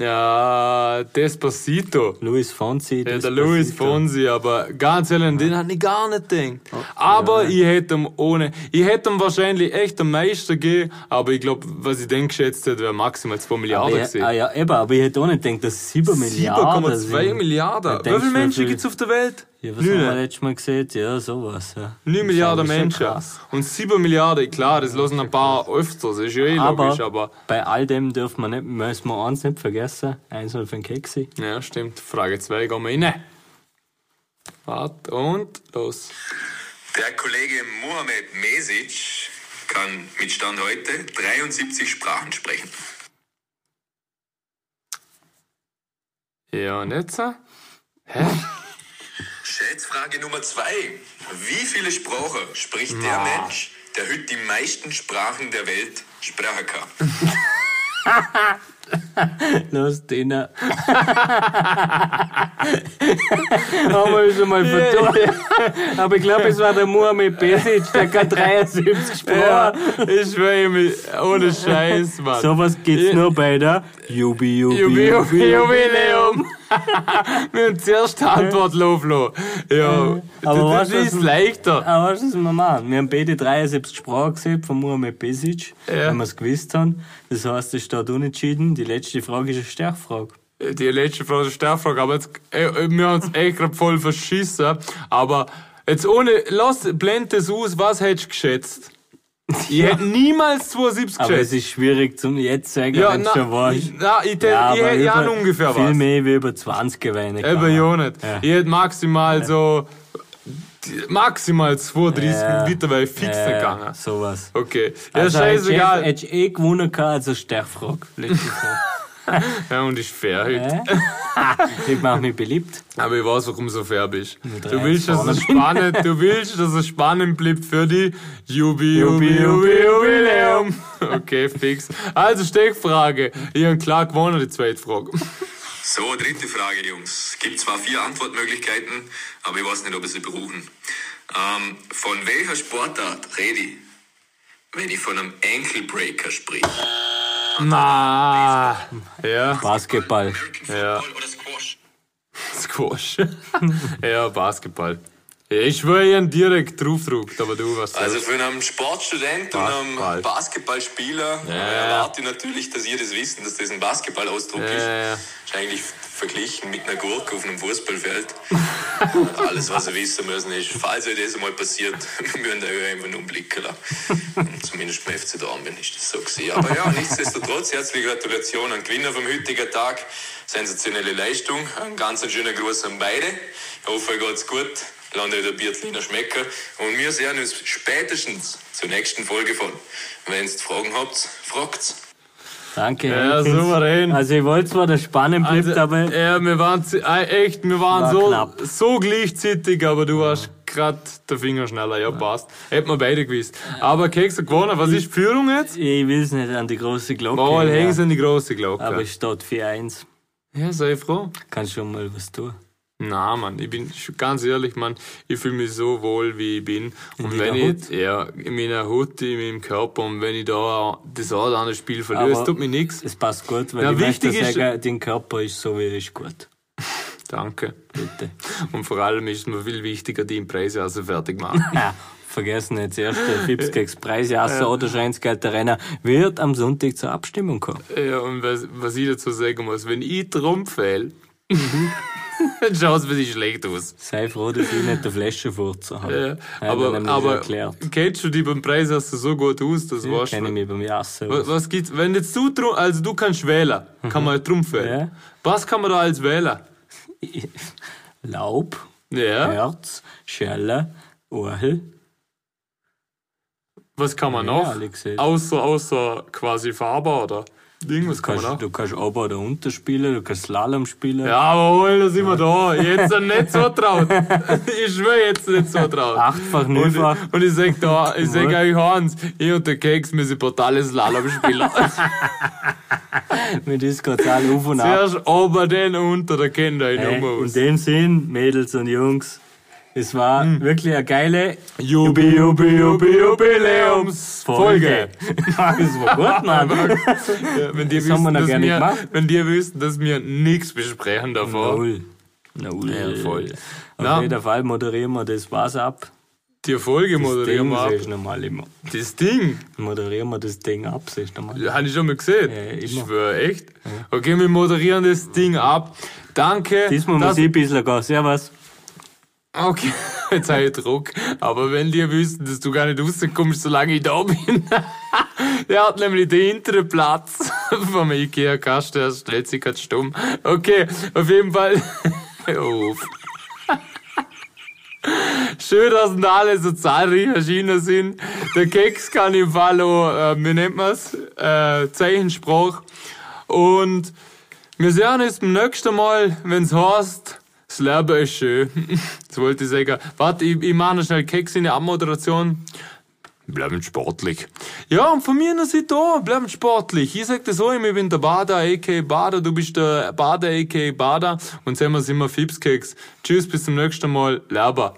Ja, Despacito.
Luis Fonsi.
Ja, der
Despacito.
Luis Fonsi, aber ganz ehrlich, an den hat ich gar nicht gedacht.
Oh,
aber ich hätte ihm ohne, ich hätte ihm wahrscheinlich echt am meisten gegeben, aber ich glaube, was ich denn geschätzt hätte, wäre maximal 2
Aber
Milliarden
ich,
gewesen.
ah, ja, eben, aber ich hätte auch nicht gedacht, dass 7 Milliarden
7,2
sind.
Milliarden.
Ja,
Wie viele
denkst du,
Menschen
wie-
gibt's auf der Welt?
Ja, was
Neun.
haben wir letztes Mal gesehen? Ja, sowas. Ja.
9 Milliarden Menschen.
krass.
Und 7 Milliarden, klar, das lassen ein paar öfters, ist ja eh
Aber,
logisch, aber.
bei all dem dürfen wir nicht, müssen wir eins nicht vergessen. Eins soll für den Keksi.
Ja, stimmt. Frage 2, gehen wir rein. Wart und los.
Der Kollege Mohamed Mesic kann mit Stand heute 73 Sprachen sprechen.
Ja, und jetzt? [LAUGHS]
Schätzfrage Nummer zwei: Wie viele Sprachen spricht der Mensch, der heute die meisten Sprachen der Welt sprechen kann?
Los,
[LAUGHS]
Dina. Haben wir schon mal vertont. Aber ich glaube, es war der Mohamed Besic, der kann 73 Sprachen.
Ja, ich schwöre mich, ohne Scheiß, Mann.
Sowas geht's nur bei der Jubi Jubi
Jubi, Jubi,
Jubiläum.
Jubiläum! [LAUGHS] Wir haben zuerst die Antwort Loflo. Ja,
Äh, Aber
das,
weißt
das
du,
ist
was-
leichter.
Aber was müssen wir machen? Wir haben beide 73 Sprachen gesehen von Mohamed Besic,
Ja.
wenn wir es gewusst haben. Das heißt, es steht unentschieden. Die letzte Frage ist eine Stärkfrage.
Äh, Die letzte Frage ist eine Frage, aber jetzt, äh, äh, wir
[LAUGHS]
haben uns eh gerade voll verschissen. Aber jetzt ohne, lass, blend das aus, was hättest du geschätzt? Ich hätte niemals 270
Aber es
geschätzt.
ist schwierig zum jetzt sagen,
Ja,
wenn es
na,
schon war.
ich- na, ich tät- ich
aber
hätt ja
über-
auch ungefähr
Viel
was.
mehr wie über 20 gewählt.
Eben, ja nicht.
Ja.
Ich hätte maximal so. die- Maximal 230
Ja. Also,
Liter, weil ich fix nicht gegangen.
Sowas.
Okay. Ja,
hättest du-
scheißegal.
Hättest du eh gewonnen können, also Stärkfrage. Letzte Frage.
[LAUGHS] Ja, und ist fair heute.
ich mache mich beliebt.
Aber ich weiß, warum du so fair bist. Du
drei
willst, dass es spannend, du willst, dass es spannend bleibt für die Jubi, Jubi,
Jubi,
Jubi,
Jubi,
Jubiläum. Okay, fix. Also, Steckfrage. Ich habe klar gewonnen, die zweite Frage.
So, dritte Frage, Jungs. Gibt zwar vier Antwortmöglichkeiten, aber ich weiß nicht, ob ich sie berufen. Ähm, von welcher Sportart rede ich, wenn ich von einem Ankle Breaker spreche?
Na. [LAUGHS] Ja,
Basketball.
American
Ja.
Football oder Squash?
Squash. [LAUGHS] ja, Basketball. Ich schwöre, ich hab direkt draufgedruckt, aber du warst
Also
also,
für einen Sportstudent und
Basketball.
einen Basketballspieler äh, erwarte ich natürlich, dass ihr das wissen, dass das ein Basketballausdruck
ja, ja.
ist. Ist eigentlich verglichen mit einer Gurke auf einem Fußballfeld. [LAUGHS] Alles, was ihr wissen müssen, ist, falls euch das einmal passiert, [LAUGHS] müssen ihr euch einfach nur einen Blick lassen. Zumindest beim FC Dortmund ist das so gewesen. Aber ja, nichtsdestotrotz, herzliche Gratulation an den Gewinner vom heutigen Tag. Sensationelle Leistung. Ein ganz schöner Gruß an beide. Ich hoffe, euch geht's gut. Landet euch der Biertliner Schmecker. Und wir sehen uns spätestens zur nächsten Folge von Wenn's Fragen habt, fragt's.
Danke.
Ja,
Henkens.
souverän.
Also ich wollte zwar, dass spannend bleibt,
also,
aber
ja, wir waren zi- äh, echt, wir waren
War knapp.
so, so gleichzeitig, aber du warst grad der Finger schneller. Ja, passt. Hätten wir beide gewusst. Aber Keks hat gewonnen. Was ist die Führung jetzt?
ich will es nicht an die große Glocke.
Bauer
hängen,
hängen sie an die große Glocke.
Aber es steht 4-1.
ja, sei froh.
Kannst schon mal was tun.
Na, Mann, ich bin sch- ganz ehrlich, Mann, ich fühle mich so wohl, wie ich bin. Und wenn
deiner
ich, ja, in meiner Hut, in meinem Körper, und wenn ich da das eine oder andere Spiel verliere,
Aber
es tut mir nichts.
Es passt gut, weil
Na,
ich möchte
wichtig ist-
sagen, dein Körper ist so wie er ist gut.
Danke.
Bitte.
Und vor allem ist mir viel wichtiger, die Preise also fertig machen.
Ja, vergessen jetzt erst, der Fips kriegst
[LAUGHS]
Preise, Asser oder Scheinsgelder Renner wird am Sonntag zur Abstimmung kommen.
Ja, und was, was ich dazu sagen muss, wenn ich Trump fehl, [LAUGHS] dann schaut es für dich schlecht aus.
Sei froh, dass ich nicht der Flaschenfurzer
[LAUGHS] Ja,
habe.
aber aber
erklärt.
kennst du die beim Preis hast du so gut aus, das
Ja,
war's
kenne ich
schon.
mich beim Jassen.
Wa-
aus.
Was gibt's, wenn jetzt du, Tru- also du kannst wählen, kann man ja Trump wählen.
Mhm. Ja.
Was kann man da als Wähler?
Laub,
Ja,
Herz, Schelle, Orhel.
was kann man
Ja,
noch?
alle gesehen.
Außer, außer quasi Farbe oder irgendwas kann man
Kannst,
noch.
du kannst oben oder unten spielen, du kannst Slalom spielen.
Jawohl, da sind wir da. Jetzt sind nicht so traut. [LAUGHS] Ich schwöre jetzt nicht so traut.
Achtfach,
Und,
neunfach.
und ich sag da, ich sag
Gut.
euch Hans, ich und der Keks müssen brutales Slalom
[LAUGHS]
spielen.
Mit ist gerade alle auf und ab.
Zuerst oben, dann unter, da kennt ihr ihn
Hey,
nochmal
in
aus.
dem Sinn, Mädels und Jungs, es war wirklich eine geile
Hm. Jubi, Jubi, Jubi, Jubiläumsfolge.
[LAUGHS] das war
[LAUGHS]
gut, Mann.
Ja, wenn die
Das haben wir
wissen,
noch
dass
gar nicht
wir,
gemacht.
wenn die wissen, dass wir nichts besprechen davon.
Null. Null.
Ja, voll. Na.
Auf jeden Fall moderieren wir das was ab.
Die Folge
Das
moderieren
Ding
wir ab.
siehst du nochmal immer.
Das Ding,
Moderieren wir das Ding ab, siehst du nochmal.
habe ich schon mal gesehen.
Ja, immer.
ich schwöre, echt. Okay, wir moderieren das Ding ab. Danke.
Diesmal
dass-
muss ich ein bisschen gehen. Servus.
Okay, [LAUGHS] jetzt habe ich Druck. Aber wenn die wüssten, dass du gar nicht rauskommst, solange ich da bin. [LAUGHS] Der hat nämlich den hinteren Platz [LAUGHS] vom Ikea-Kasten, er stellt sich gerade stumm. Okay, auf jeden Fall. [LAUGHS] Hör auf. [LAUGHS] Schön, dass denn alle so zahlreich erschienen sind. Der Keks kann im Fall auch, äh, wie nennt man's, äh, Zeichensprach. Und wir sehen uns beim nächsten Mal, wenn's heißt, das Leben ist schön. [LAUGHS] Das wollte ich sagen. Warte, ich, ich mache noch schnell Keks in die Abmoderation. Bleiben sportlich. Ja, und von mir noch sieht da, bleiben sportlich. Ich sag das auch immer, ich bin der Bader, a.k.a. Bader, du bist der Bader, a.k.a. Bader. Und sehen wir uns immer Fipskeks. Tschüss, bis zum nächsten Mal. Lerber.